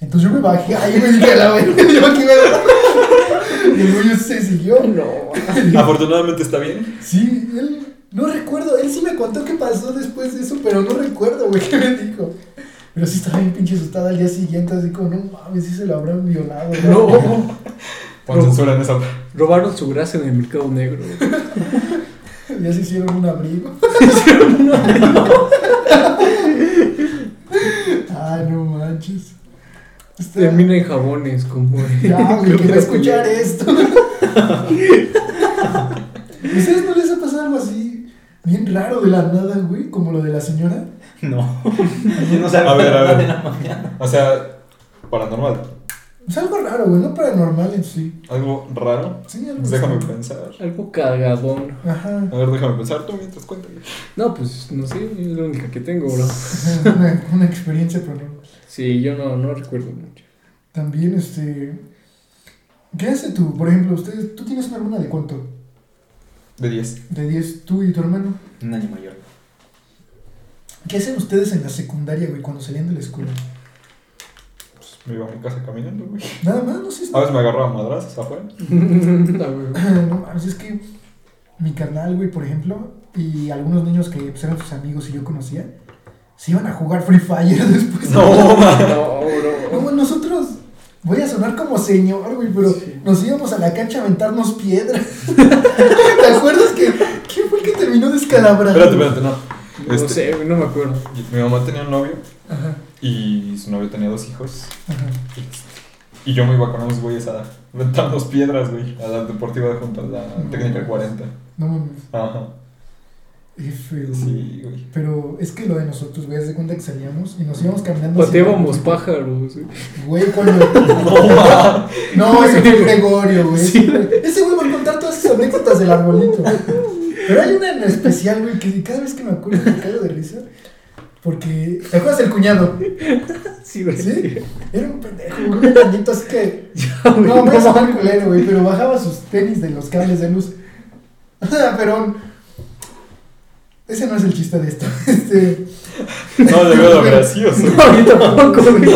Entonces yo me bajé, ahí me dije, a la verga, yo aquí me Y el Goyo se siguió. No. Afortunadamente está bien. Sí, él. No recuerdo, él sí me contó qué pasó después de eso, pero no recuerdo, güey, qué me dijo. Pero sí estaba bien pinche asustada al día siguiente, así como, no mames, sí se lo habrán violado. No. Pon No. censura en esa. Robaron su grasa en el mercado negro. Ya se hicieron un abrigo. Ah, no manches. Está- Termina en jabones, como. Ya, güey, Creo que va a la escuchar pillé. esto. ¿A ustedes no les ha pasado algo así bien raro de la nada, güey? Como lo de la señora. No. Yo no salgo A ver, la a una ver. de la mañana. O sea, paranormal. Es algo raro, güey, no paranormal en sí. ¿Algo raro? Sí, algo Pues déjame extraño. pensar. Algo cagadón. Ajá. A ver, déjame pensar tú mientras cuéntame. No, pues no sé, es la única que tengo, bro. una, una experiencia, pero no. Sí, yo no, no recuerdo mucho. También, este. ¿Qué hace tú? Por ejemplo, ustedes, tú tienes una hermana de cuánto? De 10. De 10, tú y tu hermano. Un año mayor. ¿Qué hacen ustedes en la secundaria, güey, cuando salían de la escuela? Pues me iba a mi casa caminando, güey. Nada más, no sé. A veces me agarraba madrazas afuera. La verdad. no mames, es que mi carnal, güey, por ejemplo, y algunos niños que pues, eran sus amigos y yo conocía, se iban a jugar Free Fire después. No, no, bro. güey, nosotros, voy a sonar como señor, güey, pero Sí. nos íbamos a la cancha a aventarnos piedras. ¿Te acuerdas que quién fue el que terminó descalabrando? Espérate, espérate, no. No Este- sé, güey, no me acuerdo. Mi mamá tenía un novio Ajá, y su novio tenía dos hijos. ajá. Y yo me iba con unos güeyes a aventarnos piedras, güey, a la deportiva de junto a la técnica 40. No mames. Ajá. F, güey. Sí, güey. Pero es que lo de nosotros, güey, haz de cuenta que salíamos y nos íbamos caminando. así, Pateábamos pájaros, güey. Güey, cuando. No, ma. No, ese fue Gregorio, güey. Sí. Ese güey va a contar todas sus anécdotas del arbolito. Pero hay una en especial, güey, que cada vez que me acuerdo me caigo de risa. Porque. ¿Te acuerdas del cuñado? Sí, güey. ¿Sí? Era un pendejo, güey, un enanito, así que. Ya, güey, No, no me es mames. mal culero, güey, pero bajaba sus tenis de los cables de luz. Pero. Ese no es el chiste de esto. Este. No, de verdad, gracioso. No, yo tampoco, güey.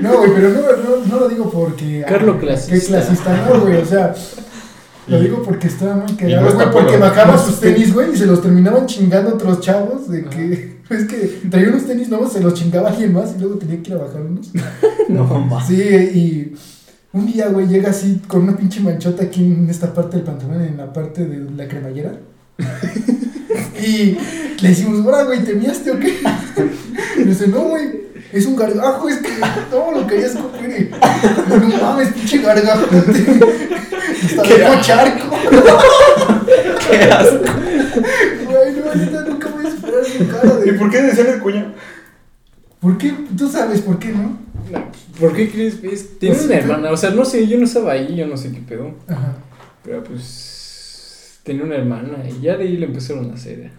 No, güey, pero no, no, no lo digo porque. Carlo ah, clasista. Que clasista, no, güey. O sea, lo digo porque estaba muy Y no cagado, está güey. Porque polo. bajaba sus tenis, güey, y se los terminaban chingando otros chavos. De que. Es que traía unos tenis nuevos, se los chingaba alguien más y luego tenía que ir a bajar unos. No, más. Sí, y. Un día, güey, llega así con una pinche manchota aquí en esta parte del pantalón, en la parte de la cremallera. y le decimos, ahora, güey, ¿te miaste o qué? Y dice, no, güey, es un gargajo, es que no lo querías comer. No mames, pinche gargajo. Hasta Qué dejó charco. Güey, no, neta, nunca voy a esperar su cara ¿Y de. por qué decían el cuñado? ¿Por qué? Tú sabes por qué, ¿no? No, ¿Por qué crees? Es- Tienes una hermana. O sea, no sé, yo no estaba ahí, yo no sé qué pedo. Ajá. Pero pues. Tenía una hermana y ya de ahí le empezaron a hacer. ¿eh?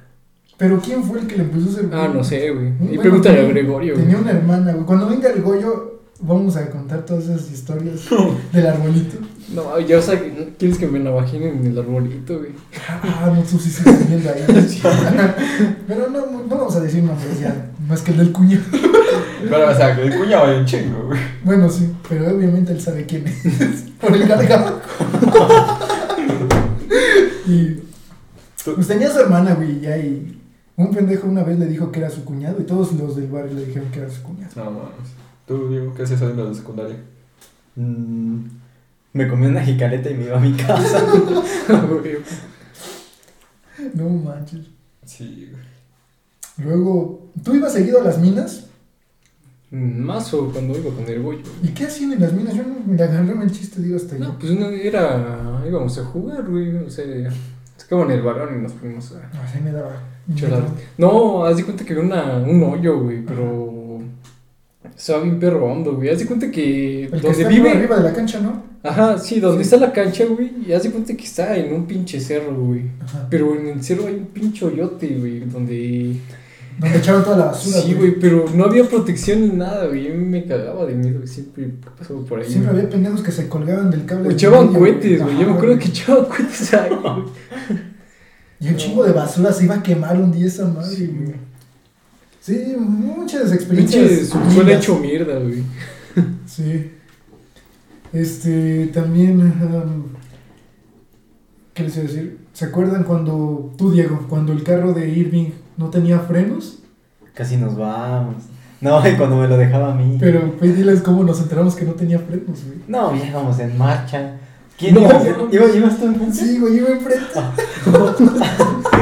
Pero ¿quién fue el que le puso ese Ah, no sé, güey. Y Bueno, pregúntale a tenía- Gregorio, güey. Tenía una hermana, güey. Cuando venga el Goyo, vamos a contar todas esas historias del arbolito. No, ya, o sea, ¿quieres que me navajen en el arbolito, güey? Ah, no, tú sí sigues viendo ahí. Pero no, no vamos a decir nombres ya, más que el del cuño. Pero, o sea, que el cuñado era un chingo, güey. Bueno, sí, pero obviamente él sabe quién es. Por el gargajo. y. Pues tenía su hermana, güey, ya, y. Un pendejo una vez le dijo que era su cuñado y todos los del barrio le dijeron que era su cuñado. No, mames. Tú, Diego, ¿qué hacías saliendo de la secundaria? Mm, me comí una jicaleta y me iba a mi casa. Ah, Güey, No manches. Sí, güey. Luego, ¿tú ibas seguido a las minas? Mazo cuando iba con el Goyo. güey. ¿Y qué hacían en las minas? Yo no me agarré el chiste, digo, hasta ahí. No, pues no, era. íbamos a jugar, güey. O sea, sacaban el balón y nos fuimos a. No, se me daba. Cholar. No, haz de cuenta que había una, un hoyo, güey, pero. Estaba bien perro hondo, güey. Haz de cuenta que. El que donde está vive. arriba de la cancha, ¿no? Ajá, sí, donde Sí. está la cancha, güey. Y haz de cuenta que está en un pinche cerro, güey. Ajá. Pero en el cerro hay un pinche hoyote, güey. Donde. Donde echaron toda la basura. Sí, güey, pero no había protección ni nada, güey. Yo me cagaba de miedo, güey. Siempre pasaba por ahí. Siempre güey. había pendejos que se colgaban del cable. O del echaban medio, cohetes, güey. Yo Ajá, me acuerdo que echaban cohetes ahí, güey. Y un chingo de basura se iba a quemar un día esa madre, Sí, güey. güey. Sí, muchas experiencias. Pinche escuela lindas. hecho mierda, güey. Sí. Este, también. um, ¿Qué les iba a decir? ¿Se acuerdan cuando tú, Diego, cuando el carro de Irving no tenía frenos? Casi nos vamos. No, y cuando me lo dejaba a mí. Pero, pues, diles cómo nos enteramos que no tenía frenos, güey. No, ya íbamos en marcha. ¿Quién No, iba? no. ¿Iba- ¿Ibas tú en Sí, güey, iba enfrente.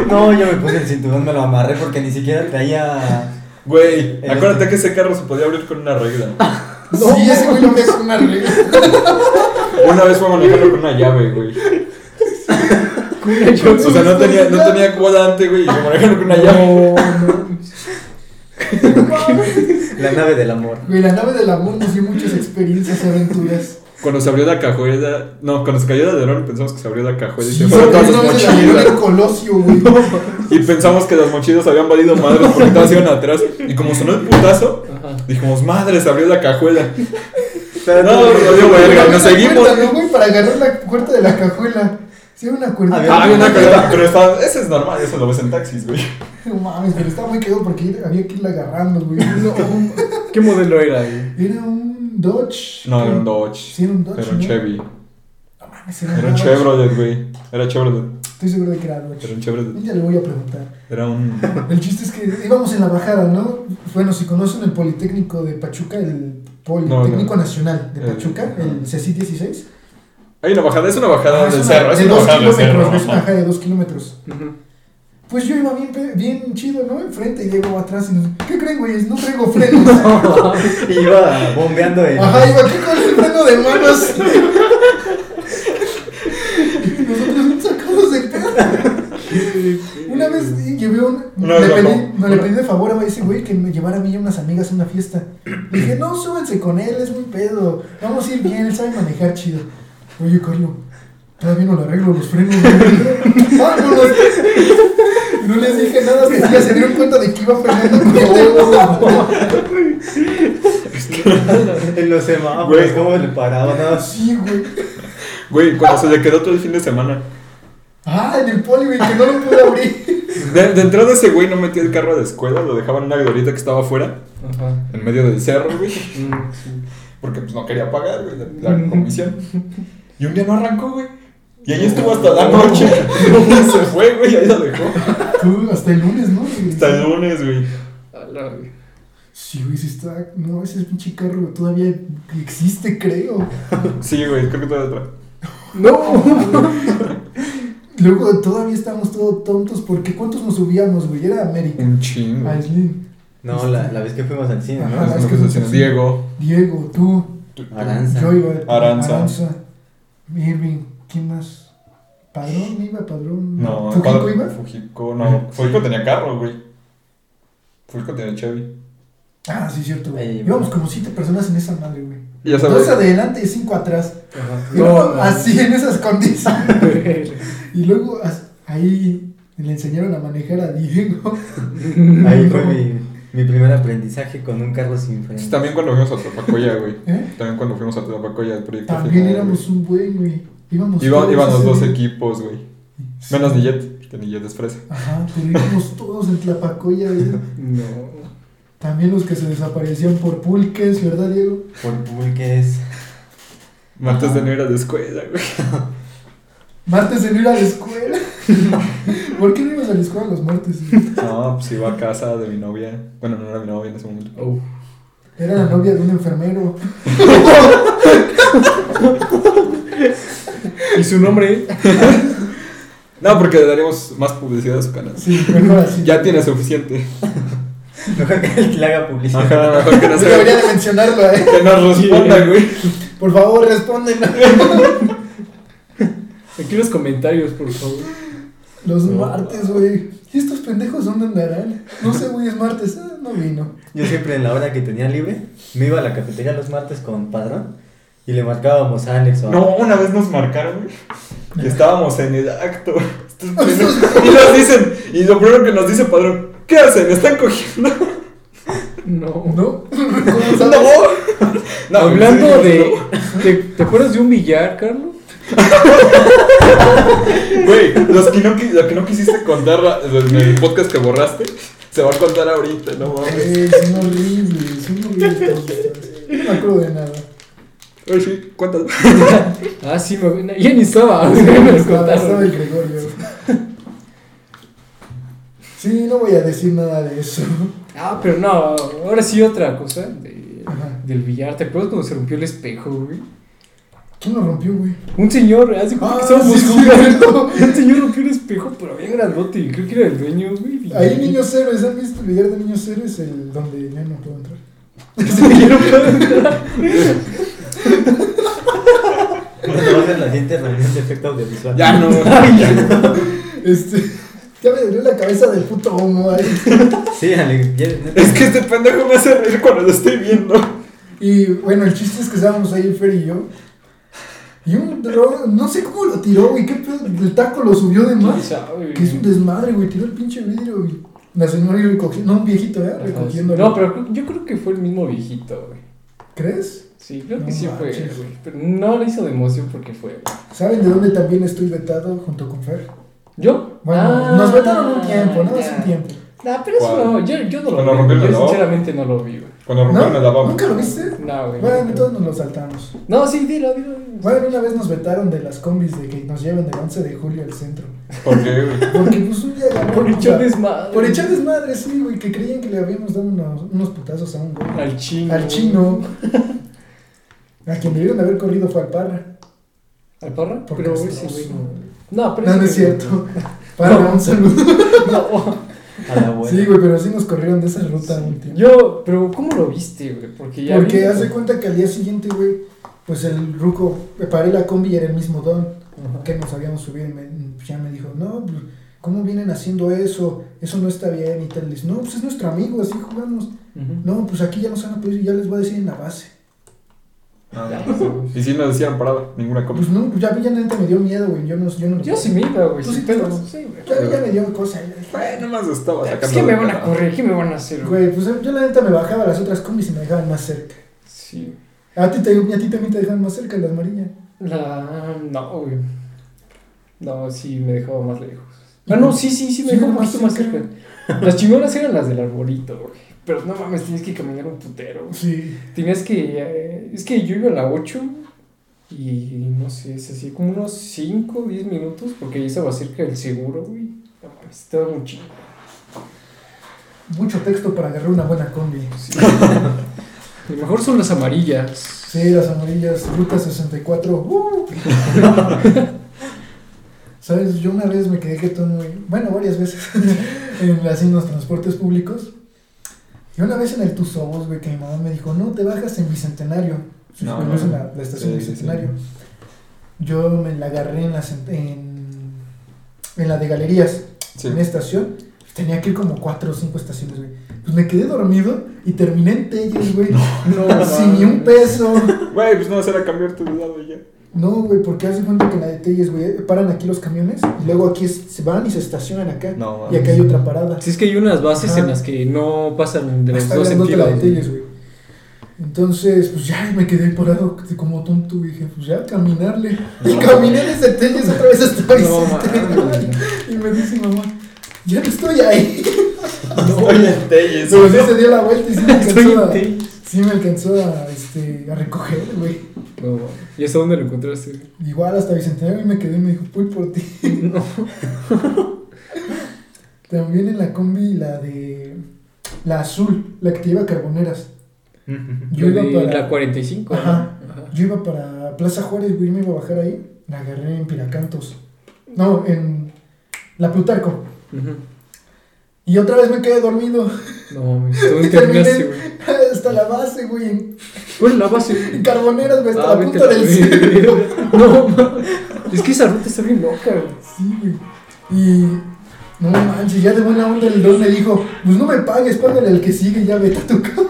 No, yo me puse el cinturón, me lo amarré porque ni siquiera traía. Güey, El acuérdate este. que ese carro se podía abrir con una regla. Sí, ese güey no me hace una regla. Una vez fue manejando con una llave, güey. O sea, no tenía, no tenía cuadrante, güey, y yo manejando con una llave. No, no. La nave del amor. Güey, la nave del amor nos dio muchas experiencias y aventuras. Cuando se abrió la cajuela. No, cuando se cayó la de Ron pensamos que se abrió la cajuela y se Sí, fueron Pues, todas güey, una las vez en la avenida del mochilas. Colosio, güey. Y pensamos que las mochilas habían valido madres porque todas iban atrás. Y como sonó el putazo, Ajá. dijimos, madres, abrió la cajuela. Pero No, no dio verga, nos seguimos. Cuenta, ¿no, güey? Para agarrar la puerta de la cajuela. Sí, era una cuerda. Ah, había una cajuela, pero estaba- ese es normal, eso lo ves en taxis, güey. No mames, pero estaba muy quedado porque había que irla agarrando, güey. No, un- ¿Qué modelo era? güey? Era un Dodge. No, era un Dodge. Sí, era un Dodge. Era un ¿no? Chevy. No mames, era, Era un Dodge. Chevrolet, güey. Era Chevrolet. Estoy seguro de que era Era Dodge. un Chevrolet. Ya le voy a preguntar. Era un. El chiste es que íbamos en la bajada, ¿no? Bueno, si conocen el Politécnico de Pachuca, el Politécnico Nacional de El- Pachuca, el CECI 16. Hay una bajada, es una bajada Ah, del una- cerro. Es de una dos bajada del cerro. kilómetros, es una ajá. bajada de dos kilómetros. Ujú. Pues yo iba bien, pe- bien chido, ¿no? Enfrente y Diego atrás y nos- ¿Qué creen, güeyes? No traigo frenos. Iba bombeando el. Ajá, iba aquí con el freno de manos. Y Nosotros bien sacados de pedo. Una vez llevé un. Una vez le, bajó. pedí, no, le pedí de favor a ese güey que me llevara a mí y a unas amigas a una fiesta. Le dije, no, súbanse con él, es muy pedo. Vamos a ir bien, él sabe manejar chido. Oye, Carlos, todavía no le arreglo los frenos. güey. Vámonos. No les dije nada hasta que ya se dieron cuenta de que iba peleando con Diego. En los semáforos, Güey. cómo le paraba, nada más. Sí, güey. Güey, cuando se le quedó todo el fin de semana. Ah, en el poli, güey, que no lo pude abrir. De, de entrada ese güey no metía el carro a la escuela, lo dejaban en una glorieta que estaba afuera, Ajá. en medio del cerro, güey. Mm, sí. Porque pues no quería pagar, güey, la, la comisión. Y un día no arrancó, güey. Y ahí estuvo hasta la noche. Y se fue, güey, ahí lo dejó. Tú, hasta el lunes, ¿no? Hasta el lunes, güey. A la güey. Sí, güey, sí está. No, ese pinche carro todavía existe, creo. Sí, güey, creo que todavía atrás. No. Luego todavía estamos todos tontos porque ¿cuántos nos subíamos, güey? Era América. Un chingo. Ah, A Slim, No, la, la vez que fuimos al cine, Ajá. ¿no? ah, es Ah. que es un- Diego. Diego, tú, Aranza. yo iba. Aranza. Irving, ¿quién más? ¿Padrón iba? ¿Padrón? No, ¿Fujico padre- iba? Fujico, no. Fujico tenía carro, güey. Fujico tenía Chevy. Ah, sí, cierto. Ahí iba. Íbamos como siete personas en esa madre, güey. Y ya Dos sabes. adelante y cinco atrás. Ajá. Y luego, así en esas condiciones. Y luego as- ahí le enseñaron a manejar a Diego. Ahí fue mi, mi primer aprendizaje con un carro sin freno. Sí, Pues También cuando fuimos a Tlapacoya, güey. ¿Eh? También cuando fuimos a Tlapacoya, el proyecto También final, éramos un buen, güey. Íbamos güey. Iba- todos Iban los ese dos día. equipos, güey. Sí. Menos Nillet, que Nillet es fresa. Ajá, pero íbamos todos en Tlapacoya, güey. No. También los que se desaparecían por pulques, ¿verdad, Diego? Por pulques. Martes de no ir a la escuela, güey. Martes de no ir a la escuela. ¿Por qué no ibas a la escuela los martes? güey? No, pues iba a casa de mi novia. Bueno, no era mi novia en ese momento. Oh. Era la novia de un enfermero. ¿Y su nombre? No, porque le daríamos más publicidad a su canal. Sí, mejor así. Ya tiene suficiente. Mejor que le haga publicidad. Ajá, mejor que no Yo se debería de mencionarlo, ¿eh? Que nos responda, güey. Por favor, respóndenlo. Aquí los comentarios, por favor. Los martes, güey. ¿Y estos pendejos dónde andarán? No sé, güey, es martes. Ah, no vino. Yo siempre en la hora que tenía libre, me iba a la cafetería los martes con Padrón y le marcábamos a Alex o a- No, una vez nos marcaron, güey. Y estábamos en el acto. Estos pendejos. Y nos dicen, y lo primero que nos dice padrón, ¿qué hacen? ¿Están cogiendo? No. ¿No? ¿Cómo No. sabes? No, Hablando güey, de. ¿te, te acuerdas de un billar, Carlos? no. Güey, los que no, qui- lo que no quisiste contar la- en el podcast que borraste, se va a contar ahorita, no mames. Güey, son horribles, son horribles. todos ustedes. No me acuerdo de nada. Ay, sí, cuéntalo. Ah, sí, me, no, ya ni estaba. o sea, me lo Estaba estaba el contaron. Gregorio. Sí, no voy a decir nada de eso. Ah, pero no. Ahora sí, otra cosa. de- Ajá. del billar. ¿Te acuerdas cuando se rompió el espejo, güey? ¿Quién lo rompió, güey? Un señor, ¿eh? hace como que Ah, estábamos sí, jugando. cierto. Un señor rompió un espejo, pero bien grandote. y Creo que era el dueño, güey. y- Ahí Niños Héroes, ¿han visto el video de Niños Héroes? El donde ya no puedo entrar. Sí, yo no puedo entrar. Cuando va a ser la siguiente reunión de efecto audiovisual. Ya no. Este, Ya me dolió la cabeza del puto homo ahí. Sí, Ale, ya- neta. Es que este pendejo me hace reír cuando lo estoy viendo. Y bueno, el chiste es que estábamos ahí, Fer y yo. Y un dro- no sé cómo lo tiró, güey. ¿Qué pedo? El taco lo subió de ¿Quién más. sabe? Que es un desmadre, güey. Tiró el pinche vidrio, güey. La señora iba recogiendo. No, un viejito, ¿eh? Ajá, sí. Recogiendo. No, pero creo- yo creo que fue el mismo viejito, güey. ¿Crees? Sí, creo No que sí fue, manches. güey. Pero no lo hizo de emoción porque fue, güey. ¿Saben de dónde también estoy vetado junto con Fer? ¿Yo? Bueno, Ah, nos vetaron un tiempo, ¿no? ya. Hace un tiempo. Nah, pero eso ¿Cuál? no, yo, yo no Cuando lo vi. rompieron Yo el lavabo. sinceramente no lo vi, güey. Cuando ¿No? rompieron el lavabo. ¿Nunca lo viste? No, güey. Bueno, no. entonces nos lo saltamos. No, sí, dilo, dilo. dilo. Bueno, una vez nos vetaron de las combis de que nos llevan del 11 de julio al centro. ¿Por qué, güey? Porque pues un día ganó, Por o sea, echar desmadre. Por echar desmadre, sí, güey, que creían que le habíamos dado unos, unos putazos a un güey. Al chino. Al chino. A quien debieron de haber corrido fue al parra. ¿Al parra? Por Pero ese castroso. güey no. No, pero No, ese no es güey cierto. Parra, un saludo. No. A la abuela. Sí, güey, pero sí nos corrieron de esa ruta un tiempo. Yo, pero ¿cómo lo viste, güey? Porque ya. vi- Porque hace cuenta que al día siguiente, güey, pues el ruco, me paré la combi y era el mismo don Ajá. que nos habíamos subido y me, ya me dijo, no, pues, ¿cómo vienen haciendo eso? Eso no está bien y tal. Les, no, pues es nuestro amigo, así jugamos. Ujú. No, pues aquí ya nos han apoyado y ya les voy a decir en la base. Y si no decían parada, ninguna Pues copia. no, ya, ya neta me dio miedo, güey, yo no, yo no. Yo sí me iba, güey. Tú sin sí te pedos. vas. Sí, güey. Ya, ya me dio cosa. Bueno, más estaba sacando. Es que me de van a pedo. correr, ¿qué me van a hacer, güey? Güey, pues yo la neta me bajaba a las otras combis y me dejaban más cerca. Sí. A ti, te, a ti también te dejan más cerca las marillas. La. No, güey. No, sí, me dejaba más lejos. Ah, no, sí, sí, sí, me Sí, dejó un era más poquito más cerca. cerca. Las chingonas eran las del arbolito, güey. Pero no mames, tenías que caminar un putero. güey. Sí. Tenías que. eh, es que yo iba a la 8 y no sé, es así como unos 5, 10 minutos porque ya estaba cerca del seguro, güey. No mames, estaba muy chido. Mucho texto para agarrar una buena combi. Sí. Lo mejor son las amarillas. Sí, las amarillas, ruta 64. ¡uh! ¿Sabes? Yo una vez me quedé jetón muy. Bueno, varias veces. en, las- en los transportes públicos. Y una vez en el Tusobos, güey, que mi mamá me dijo: No, te bajas en Bicentenario. Si No, conoces no. la, la estación Sí, sí, sí. Bicentenario. Yo me la agarré en la, cent- en, en la de galerías. Sí. En una estación. Tenía que ir como cuatro o cinco estaciones, güey. Pues me quedé dormido y terminé en Telles, güey. No, Sin ni un peso. Güey, pues no vas a ir a cambiarte de lado y ya. No, güey, porque hace cuenta que en la de Telles, güey, paran aquí los camiones y luego aquí es- se van y se estacionan acá. No, y acá hay otra parada. Si es que hay unas bases Ajá. en las que no pasan de los Está dos grandote la de sentidos. Telles, güey. Entonces, pues ya me quedé parado como tonto y dije, pues ya, caminarle. Y caminé desde Telles otra vez hasta No, Bicentenario. Y me dice mi mamá, ya no estoy ahí. Estoy en Telles. Pero sí se dio la vuelta y sí me Estoy alcanzó en a, Telles. sí me alcanzó a, este, a recoger, güey. No, mames. ¿Y hasta dónde lo encontraste? Igual hasta Bicentenario y me quedé y me dijo, voy por ti. No. También en la combi, la de. La azul, la que te lleva a carboneras. Yo iba De para. la 45. ¿no? Ajá. Ajá. Yo iba para Plaza Juárez, güey, me iba a bajar ahí. La agarré en Piracantos. No, en. La Plutarco. Ujú. Y otra vez me quedé dormido. No mames, ¿dónde Y terminé- terminaste, güey? hasta la base, güey. En, ¿Cuál es la base? en carboneras, güey, hasta Ah, la vete punta la del cielo. verga. No, mames. Es que esa ruta está bien loca, güey. Sí, güey. Y. No manches, ya de buena onda el don le dijo: Pues no me pagues, págale al que sigue, ya vete a tu casa.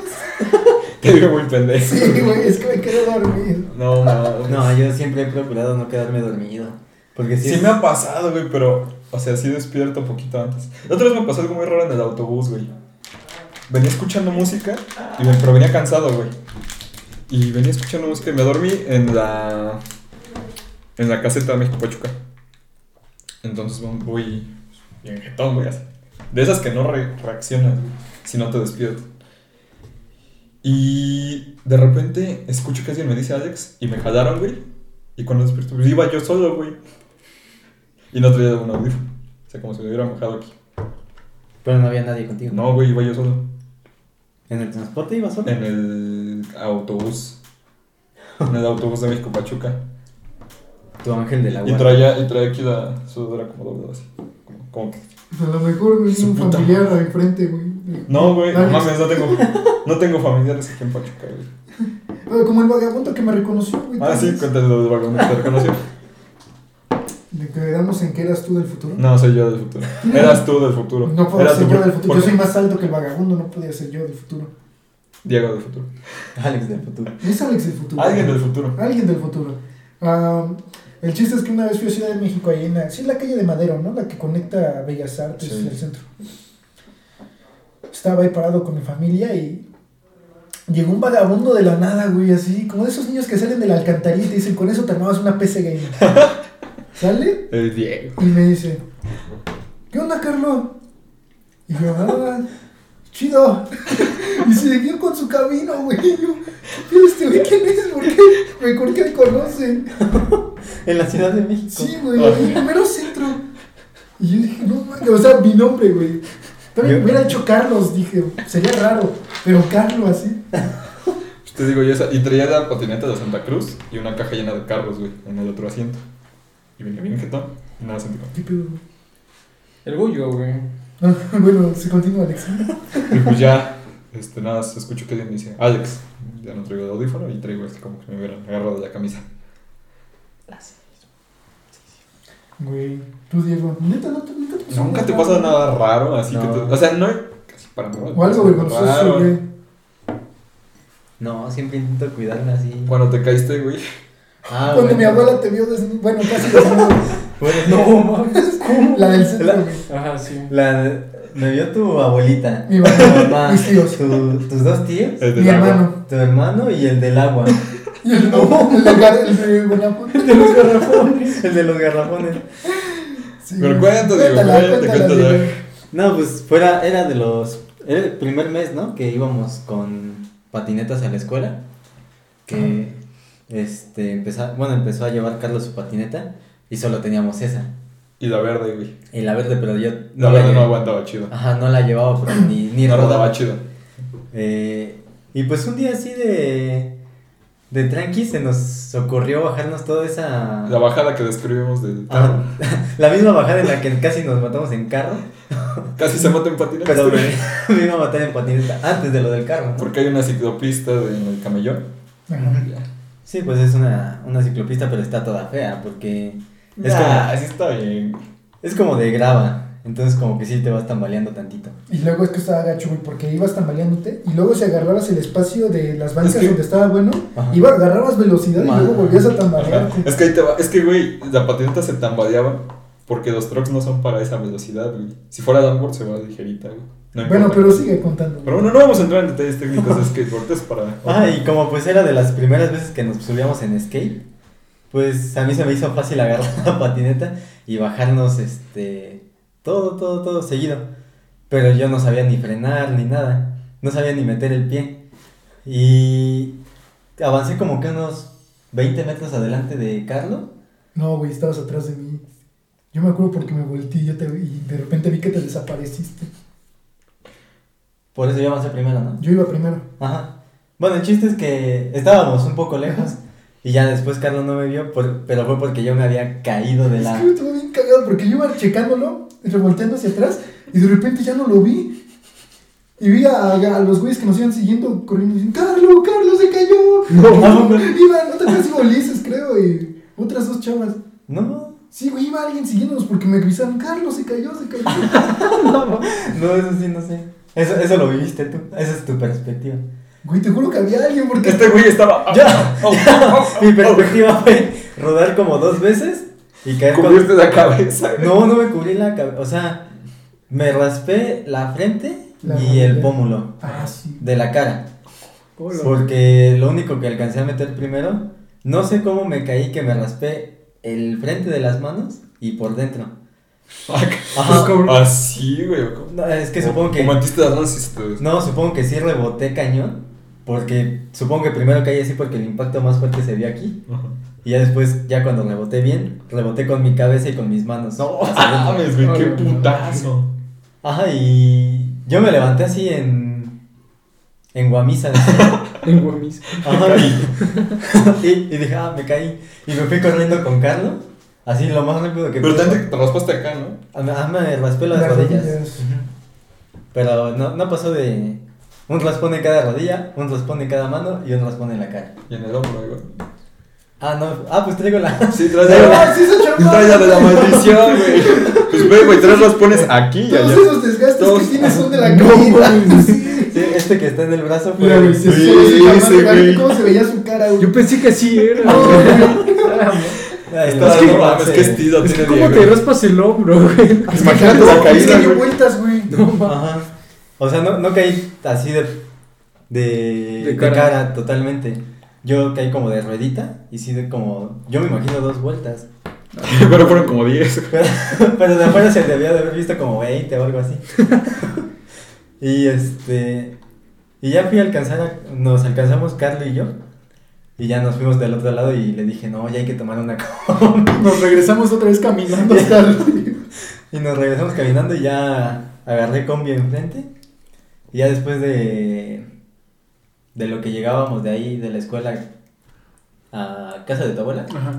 Te veo muy pendejo. Sí, güey, es que me quedé dormido. No, no. No, yo siempre he procurado no quedarme dormido. Porque si Sí es- me ha pasado, güey, pero. O sea, sí despierto poquito antes. La otra vez me pasó algo muy raro en el autobús, güey. Venía escuchando música, y me, pero venía cansado, güey. Y venía escuchando música y me dormí en la. En la caseta de México Pachuca. Entonces voy- voy. Bien jetón, güey. así. De esas que no re- reaccionas, güey, si no te despiertas. Y de repente escucho que alguien me dice Alex y me jalaron, güey. Y cuando despierto, pues iba yo solo, güey. Y no traía un audífono. O sea, como si me hubiera mojado aquí. Pero no había nadie contigo. No, güey, iba yo solo. ¿En el transporte ibas solo? En el autobús. En el autobús de México Pachuca. Tu ángel de la Y guarda. traía, y traía aquí la sudadera como doble así. Como, como que. A lo mejor me hizo Su un puta familiar al enfrente, güey. No, güey, no Alex. mames, no tengo, no tengo familiares aquí en Pachuca, güey. Ah, Como el vagabundo que me reconoció, güey. Ah, tal sí, vez. cuéntale los vagones, te reconoció. De que quedamos en que eras tú del futuro. No, soy yo del futuro. Eras tú del futuro. No puedo Eras ser tú yo por- del futuro. por- Yo soy más alto que el vagabundo, no podía ser yo del futuro. Diego del futuro. Alex del futuro. Es Alex del futuro. Alguien del futuro. Alguien del futuro. Ah, el chiste es que una vez fui a Ciudad de México, ahí en la, sí, en la calle de Madero, ¿no? La que conecta a Bellas Artes Sí. y el centro. Estaba ahí parado con mi familia y llegó un vagabundo de la nada, güey, así, como de esos niños que salen de la alcantarilla y te dicen, con eso te armabas una PC game. ¿Sale? El Diego. Y me dice, ¿qué onda, Carlos? Y yo, ah, chido. Y siguió con su camino, güey. Y yo, "Pero este güey quién es? ¿Por qué? Me ¿Por qué conoce? En la Ciudad de México. Sí, güey, en el mero centro. Y yo dije, no, mames, o sea, mi nombre, güey. También me hubiera dicho Carlos, dije, sería raro, pero Carlos así. Pues Te digo yo esa. Y traía la patineta de Santa Cruz y una caja llena de carros, güey, en el otro asiento. Y venía bien jetón. Y nada, sentí como. ¿Qué pedo? güey? El Goyo, güey. Ah, Bueno, se continúa, Alex. Y pues ya, este, nada, se escucho que alguien me dice, Alex, ya no traigo el audífono y traigo este como que me hubieran agarrado de la camisa. Güey, tú, Diego, neta, no te, nunca te pasó Nunca te nada? pasa nada raro, así que No. te, O sea, no hay casi para nada. O algo vergonzoso, raro. güey. No, siempre intento cuidarla así. Cuando te caíste, güey. Ah, Cuando bueno. mi abuela te vio desnudo, bueno, casi desnudo. Bueno, no, mames. ¿Cómo? la del centro, La- güey. Ajá, sí. La me vio tu abuelita. Mi mamá, mis tíos. tu- tus dos tíos, El del mi agua. hermano. tu hermano y el del agua. Y el no, el de gar- el de Guanajuato. de los garrafones. El de los garrafones. Sí, güey. Pero cuéntale, güey, cuéntale, cuéntale. Diego. No, pues fuera, era de los. Era el primer mes, ¿no? Que íbamos con patinetas a la escuela. Que este empezó, bueno, empezó a llevar Carlos su patineta y solo teníamos esa. Y la verde, güey. Y la verde, pero yo. La verde no llevaba. aguantaba chido. Ajá, no la llevaba porque ni, ni No rodaba. rodaba chido. Eh, y pues un día así de. De tranqui se nos ocurrió bajarnos toda esa. La bajada que describimos del Ah, carro. la misma bajada en la que casi nos matamos en carro. Casi se mata en patineta. Pero me, me iba a matar en patineta antes de lo del carro. ¿no? Porque hay una ciclopista de- en el camellón. Ajá. Sí, pues es una, una ciclopista, pero está toda fea porque Es Nah, como- sí está bien. es como de grava. Entonces, como que sí te vas tambaleando tantito. Y luego es que estaba gacho, güey, porque ibas tambaleándote y luego si agarrabas el espacio de las bancas Es que- donde estaba bueno, Ajá. iba, agarrabas velocidad Madre. y luego volvías a Ajá. tambalearte. Es que ahí te va. Es que, güey, la patineta se tambaleaba porque los trucks no son para esa velocidad, güey. Si fuera downboard se va ligerita, güey. No Bueno, importa. pero sigue contando. Pero bueno, no vamos a entrar en detalles técnicos de skateboard, es para... Ah, y como pues era de las primeras veces que nos subíamos en skate, pues a mí se me hizo fácil agarrar la patineta y bajarnos este todo, todo, todo seguido. Pero yo no sabía ni frenar ni nada. No sabía ni meter el pie. Y avancé como que unos 20 metros adelante de Carlos. No, güey, estabas atrás de mí. Yo me acuerdo porque me volteé y yo te, y de repente vi que te desapareciste. Por eso yo avancé primero, ¿no? Yo iba primero. Ajá. Bueno, el chiste es que estábamos un poco lejos y ya después Carlos no me vio, por- pero fue porque yo me había caído de Es la... que me estuvo bien cagado porque yo iba checándolo, revolteando hacia atrás, y de repente ya no lo vi. Y vi a, a los güeyes que nos iban siguiendo corriendo y dicen, Carlos, Carlos se cayó. No, no. Iban, otra vez iba Ulises, creo, y otras dos chavas. No, Sí, güey, iba alguien siguiéndonos porque me gritaron, Carlos se cayó, se cayó. no, eso sí, no sé. Eso, eso lo viviste tú, esa es tu perspectiva. güey, te juro que había alguien porque... Este güey estaba... Ya. Oh, Mi perspectiva fue rodar como dos veces y caer con- Cubrirte la cabeza. No, no me cubrí la cabeza, o sea, me raspé la frente La y rodilla. el pómulo Ah, sí. de la cara. Hola. Porque lo único que alcancé a meter primero, no sé cómo me caí que me raspé el frente de las manos y por dentro. Ajá. Así, güey. ¿cómo? No, es que supongo que. Como metiste las manos y se te- Pues No, supongo que sí reboté cañón. Porque supongo que primero caí así porque el impacto más fuerte se vio aquí. Ajá. Y ya después, ya cuando reboté bien, reboté con mi cabeza y con mis manos. No, mames, güey, qué putazo. Ajá, y yo me levanté así en. en guamisa. En Guamis. Ajá, y, y dije, ah, me caí. Y me fui corriendo con Carlos, así lo más rápido que Pero pude. tanto que te raspaste acá, ¿no? Ah, me- ah, me raspé las, Las rodillas. rodillas. Pero no, no pasó de un raspón en cada rodilla, un raspón en cada mano y un raspón en la cara. Y en el hombro, güey. Ah, no. Ah, pues traigo la. Sí, traes la, Ah, sí se chocó. traes la de la maldición, güey. Pues, güey, güey, tres las pones aquí y Todos allá. esos desgastes Todos- que tienes son de la No, comida. mames. Sí. Sí, este que está en el brazo fue. Mira, güey, si Sí, solo se ese llama, güey. ¿Cómo se veía su cara, güey? Yo pensé que sí era. No, güey. Ay, Está- no, no no, mames, sí. que es tido, Es que tiene cómo Diego. te raspas el hombro, güey. Imagínate la No, Es caída, que dio güey. vueltas, güey. Ajá. O sea, no, no caí así de. De, De de cara. cara. totalmente. Yo caí como de ruedita y sí de como. Yo me imagino dos vueltas. Pero fueron como 10. Pero, pero de afuera se debía de haber visto como 20 o algo así. y este. Y ya fui a alcanzar. a- nos alcanzamos Carlos y yo. Y ya nos fuimos del otro lado y le dije, no, ya hay que tomar una combi. Nos regresamos otra vez caminando hasta el... Y nos regresamos caminando y ya agarré combi enfrente. Y ya después de, de lo que llegábamos de ahí, de la escuela a casa de tu abuela, Ajá.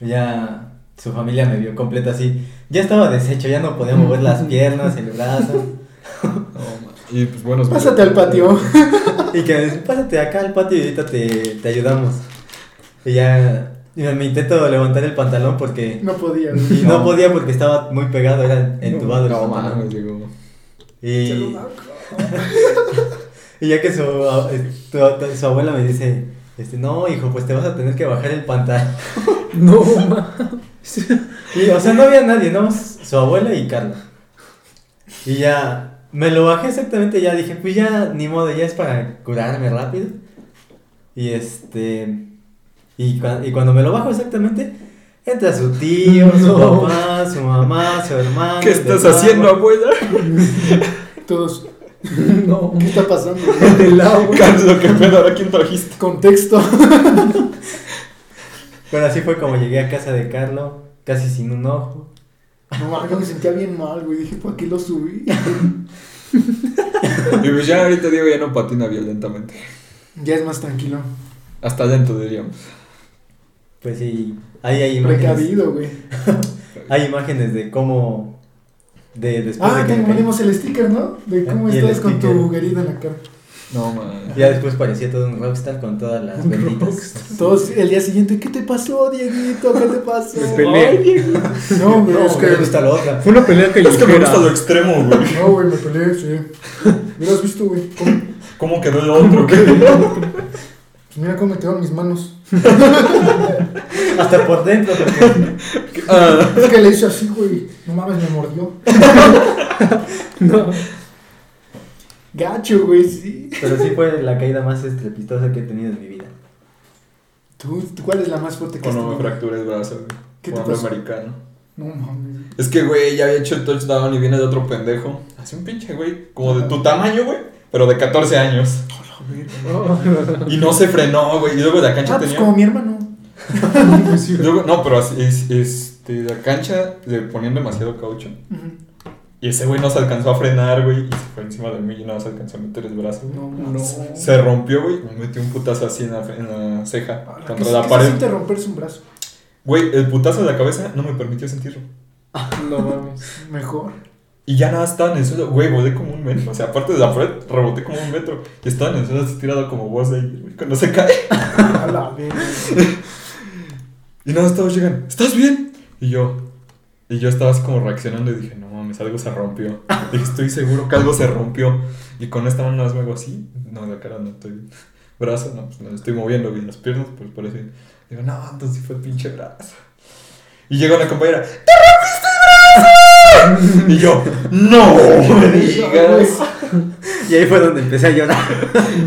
ya su familia me vio completa así. Ya estaba deshecho, ya no podía mover las piernas, el brazo. Y pues buenos Pásate al patio. Y que me dice, pásate acá al patio y ahorita te, te ayudamos. Y ya y me intento levantar el pantalón porque... No podía, güey. Y no No. podía porque estaba muy pegado, era entubado el No pantalón. mames, Diego. Y... Y ya que su, a- eh, tu- su abuela me dice, este, no, hijo, pues te vas a tener que bajar el pantalón. No, ma. Y, o sea, no había nadie, no, su abuela y Carla. Y ya, me lo bajé exactamente, ya dije, pues ya, ni modo, ya es para curarme rápido. Y este, y, cua- y cuando me lo bajo exactamente, entra su tío, su No. papá, su mamá, su hermano. ¿Qué su estás hermano. haciendo, abuela? Todos, No, ¿qué está pasando? del agua. Carlos, qué pedo, ahora quién trajiste. Contexto. Pero así fue como llegué a casa de Carlo, casi sin un ojo. No, mames, me sentía bien mal, güey. Dije, ¿por qué lo subí? Y pues ya ahorita Diego ya no patina violentamente. Ya es más tranquilo. Hasta lento, diríamos. Pues sí, ahí hay imágenes. Precavido, güey. Hay imágenes de cómo. De después Ah, de que te me mandamos el sticker, ¿no? De cómo Y el estás con tu sticker. herida en la cara. No caí. mames. Ya después parecía todo un rockstar con todas las benditas. Todos el día siguiente, ¿qué te pasó, Dieguito? ¿Qué te pasó? Me peleé. No, güey, No, es me gusta que. la otra. Fue una pelea Es que me callejera. gusta lo extremo, güey. No, güey, me peleé, sí. Mira, has visto, güey. cómo- ¿Cómo quedó el otro? ¿Qué? pues mira cómo me quedaron mis manos. Hasta por dentro. porque- Ah, Es que le hice así, güey. No mames, me mordió. No. Gacho, güey, sí. Pero sí fue la caída más estrepitosa que he tenido en mi vida. ¿Tú, tú cuál es la más fuerte que has cuando me tenido? fracturé el brazo, güey. ¿Qué te Jugando pasó? americano. No mames. Es que, güey, ya había hecho el touchdown y viene de otro pendejo. Así un pinche, güey. Como de tu tamaño, güey. Pero de 14 años. No. Y no se frenó, güey. Y luego la cancha Ah, pues tenía. como mi hermano. Luego- no, pero así, es, este, la cancha le ponían demasiado caucho. Ujú. Y ese güey no se alcanzó a frenar, güey. Y se fue encima de mí y no se alcanzó a meter el brazo. güey. No, No. mames. Se rompió, güey. Me metió un putazo así en la, en la ceja. Ah, ¿qué- contra la qué se pared. siente romperse un brazo? Güey, el putazo de la cabeza no me permitió sentirlo. No mames. Mejor. Y ya nada, estaba en el suelo. Güey, volé como un metro. O sea, aparte de la pared, reboté como un metro. Y estaba en el suelo así tirado como vos ahí, güey. Cuando se cae. A la vez. Y nada, todos llegan. ¿Estás bien? Y yo. Y yo estaba así como reaccionando y dije, no mames, algo se rompió. Dije, estoy seguro que algo se rompió. Y con esta mano nada más me hago así. No, la cara no estoy bien. Brazo, no, pues no, estoy moviendo bien. Las piernas, pues por eso. Digo, no, entonces sí fue el pinche brazo. Y llega una compañera, ¡Te rompiste el brazo! Y yo, ¡No me digas! Y ahí fue donde empecé a llorar.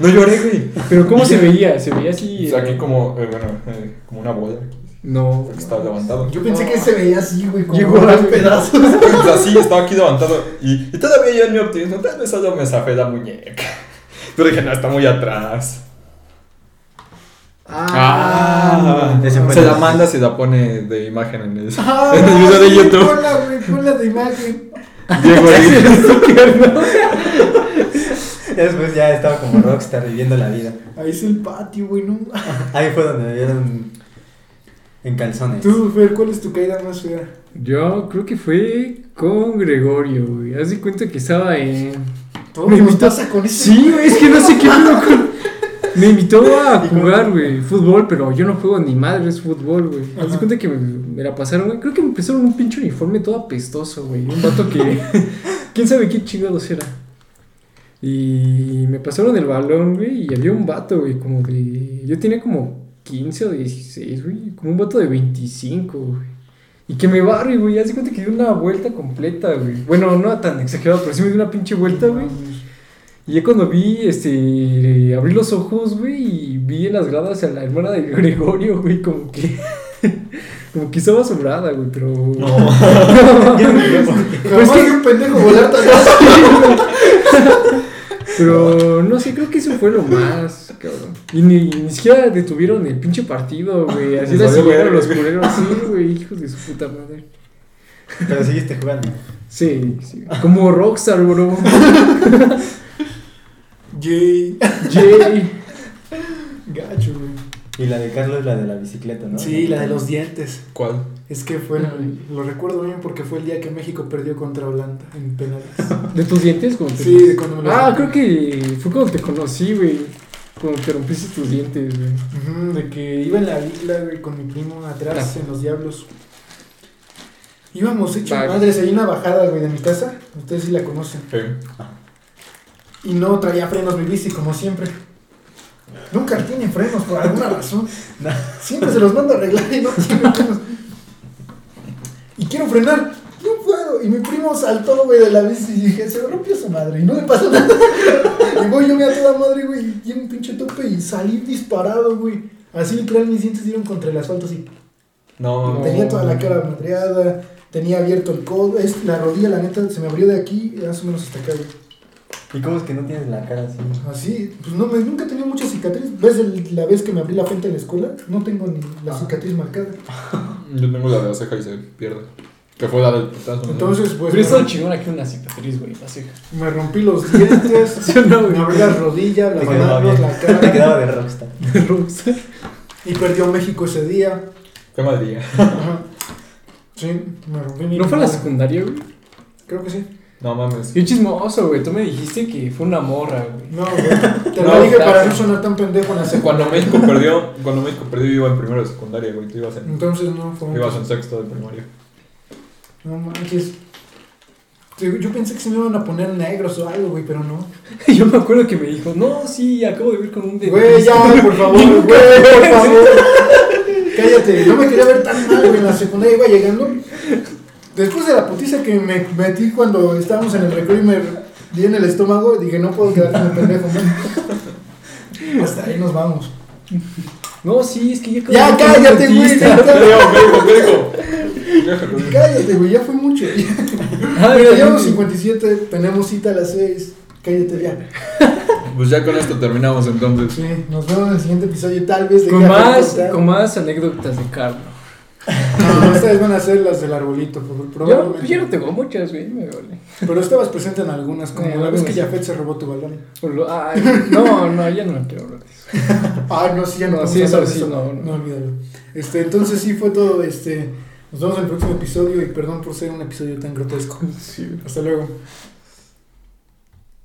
No lloré, güey. Pero ¿cómo se veía? Se veía así. Y saqué como, eh, bueno, eh, como una bola No. que estaba levantado. Yo pensé que se veía así, güey. Como Llegó unos a- pedazos. Pues así estaba aquí levantado y, y todavía yo en mi optimismo, tal vez solo me zafé la muñeca. Pero dije, no, está muy atrás. Ah, ese fue se el- la manda y la pone de imagen en el, Ah, en el video de sí, YouTube. Ponla, güey, ponla de imagen. Diego ahí. Y Después ya estaba como rockstar viviendo la vida. Ahí es el patio, güey, no. Ahí fue donde me vieron en calzones. Tú, Fer, ¿cuál es tu caída más fea? Yo creo que fue con Gregorio, güey. Haz de cuenta que estaba en. Todo Me nos invita- pasa con ese. Sí, güey, es que no sé qué pedo con. Me invitó a jugar, güey, fútbol, pero yo no juego ni madre, es fútbol, güey. Haz de Ajá. cuenta que me, me la pasaron, güey. Creo que me prestaron un pinche uniforme todo apestoso, güey. Un vato que. ¿Quién sabe qué chingados era? Y me pasaron el balón, güey, y había un vato, güey, como de. Yo tenía como 15 o 16, güey. Como un vato de 25, güey. Y que me barre, güey. Haz de cuenta que di una vuelta completa, güey. Bueno, no tan exagerado, pero sí me di una pinche vuelta, güey. Y ya cuando vi, este, abrí los ojos, güey, y vi en las gradas a la hermana de Gregorio, güey, como que, como que estaba asombrada, güey, pero... Yo no creo por qué. Pero es Pues que un pendejo volar tan alto. Pero, no sé, creo que eso fue lo más, cabrón. Y ni, ni siquiera detuvieron el pinche partido, güey, así Les la valió siguieron verga, los güey. culeros, sí, güey, hijos de su puta madre. Pero seguiste jugando. Sí, sí, como Rockstar, bro. Yay. Jay. Gacho, güey. Y la de Carlos, la de la bicicleta, ¿no? Sí, la de los dientes. ¿Cuál? Es que fue, el- lo recuerdo bien porque fue el día que México perdió contra Holanda en penales. ¿De tus dientes? ¿Cómo te- Sí, de cuando me lo Ah, creo que fue cuando te conocí, güey. Cuando te rompiste tus dientes, güey. Ujú, de que iba en la isla, güey, con mi primo atrás en los diablos. Íbamos hecho Vale. madres, hay una bajada, güey, de mi casa. Ustedes sí la conocen. Eh, Y no traía frenos mi bici, como siempre. Nunca tiene frenos, por alguna razón. No. Siempre se los mando a arreglar y no tiene frenos. Y quiero frenar. No puedo. Y mi primo saltó, güey, de la bici y dije, se rompió su madre. Y no le pasó nada. Y voy yo me a toda madre, güey, y tiene un pinche tope y salí disparado, güey. Así literal mis dientes dieron contra el asfalto así. No, No. Tenía toda la cara madreada, tenía abierto el codo, es, la rodilla, la neta, se me abrió de aquí, más o menos hasta acá, güey. ¿Y cómo es que no tienes la cara así? Así, pues no, me, nunca he tenido muchas cicatrices. ¿Ves el- la vez que me abrí la frente en la escuela? No tengo ni la cicatriz marcada. yo tengo la de la ceja y se pierde. Que fue la del putazo. ¿no? Entonces, pues, me, Pero está rom- chingón aquí una cicatriz, güey, la ceja. me rompí los dientes, ¿Sí o no, me abrí las rodillas, Te las quedaba manos, bien. la Te cara. quedaba de rockstar. Rockstar. Y perdió México ese día. Fue Madrid. Ajá. Sí, me rompí mi ¿No fue a la madre. secundaria, güey? Creo que sí. No mames. Yo chismoso, güey. Tú me dijiste que fue una morra, güey. No, güey. Te No, lo dije está- para no sonar tan pendejo en la secundaria. Cuando México perdió, cuando México perdió, yo iba en primero de secundaria, güey. Tú ibas en, Entonces no fue tú un- ibas en sexto de primaria. No manches. Yo yo pensé que se me iban a poner negros o algo, güey, pero no. Yo me acuerdo que me dijo, no, sí, acabo de ver con un Güey, dentista. ya, por favor, güey, por favor. Cállate, no me quería ver tan mal, güey. En la secundaria iba llegando. Después de la putiza que me metí cuando estábamos en el recreo y me di en el estómago, dije, no puedo quedar como pendejo, man. Hasta ahí nos vamos. No, sí, es que ya Ah, acabo Ya, de ver con un cállate, güey. dentista. neta. México, México, México. Cállate, güey, ya fue mucho. Ah, Mira, güey, llevamos 57, tenemos cita a las 6. Cállate ya. Pues ya con esto terminamos entonces. Sí, nos vemos en el siguiente episodio, tal vez. de Con Caja más, Corta. con más anécdotas de Carlos. No, estas van a ser las del arbolito, por- Yo, probablemente. yo no tengo muchas, güey. Me vale. Pero estabas presente en algunas, como Eh, la vez que algunas. Jafet se robó tu balón. O lo- Ay, no, no, ya no quiero hablar de eso. Ah, no, sí, ya no. No, vamos sí, a eso hablar de sí, no, no. olvídalo. Este, entonces sí fue todo. Este, nos vemos en el próximo episodio y perdón por ser un episodio tan grotesco. Sí, Hasta luego.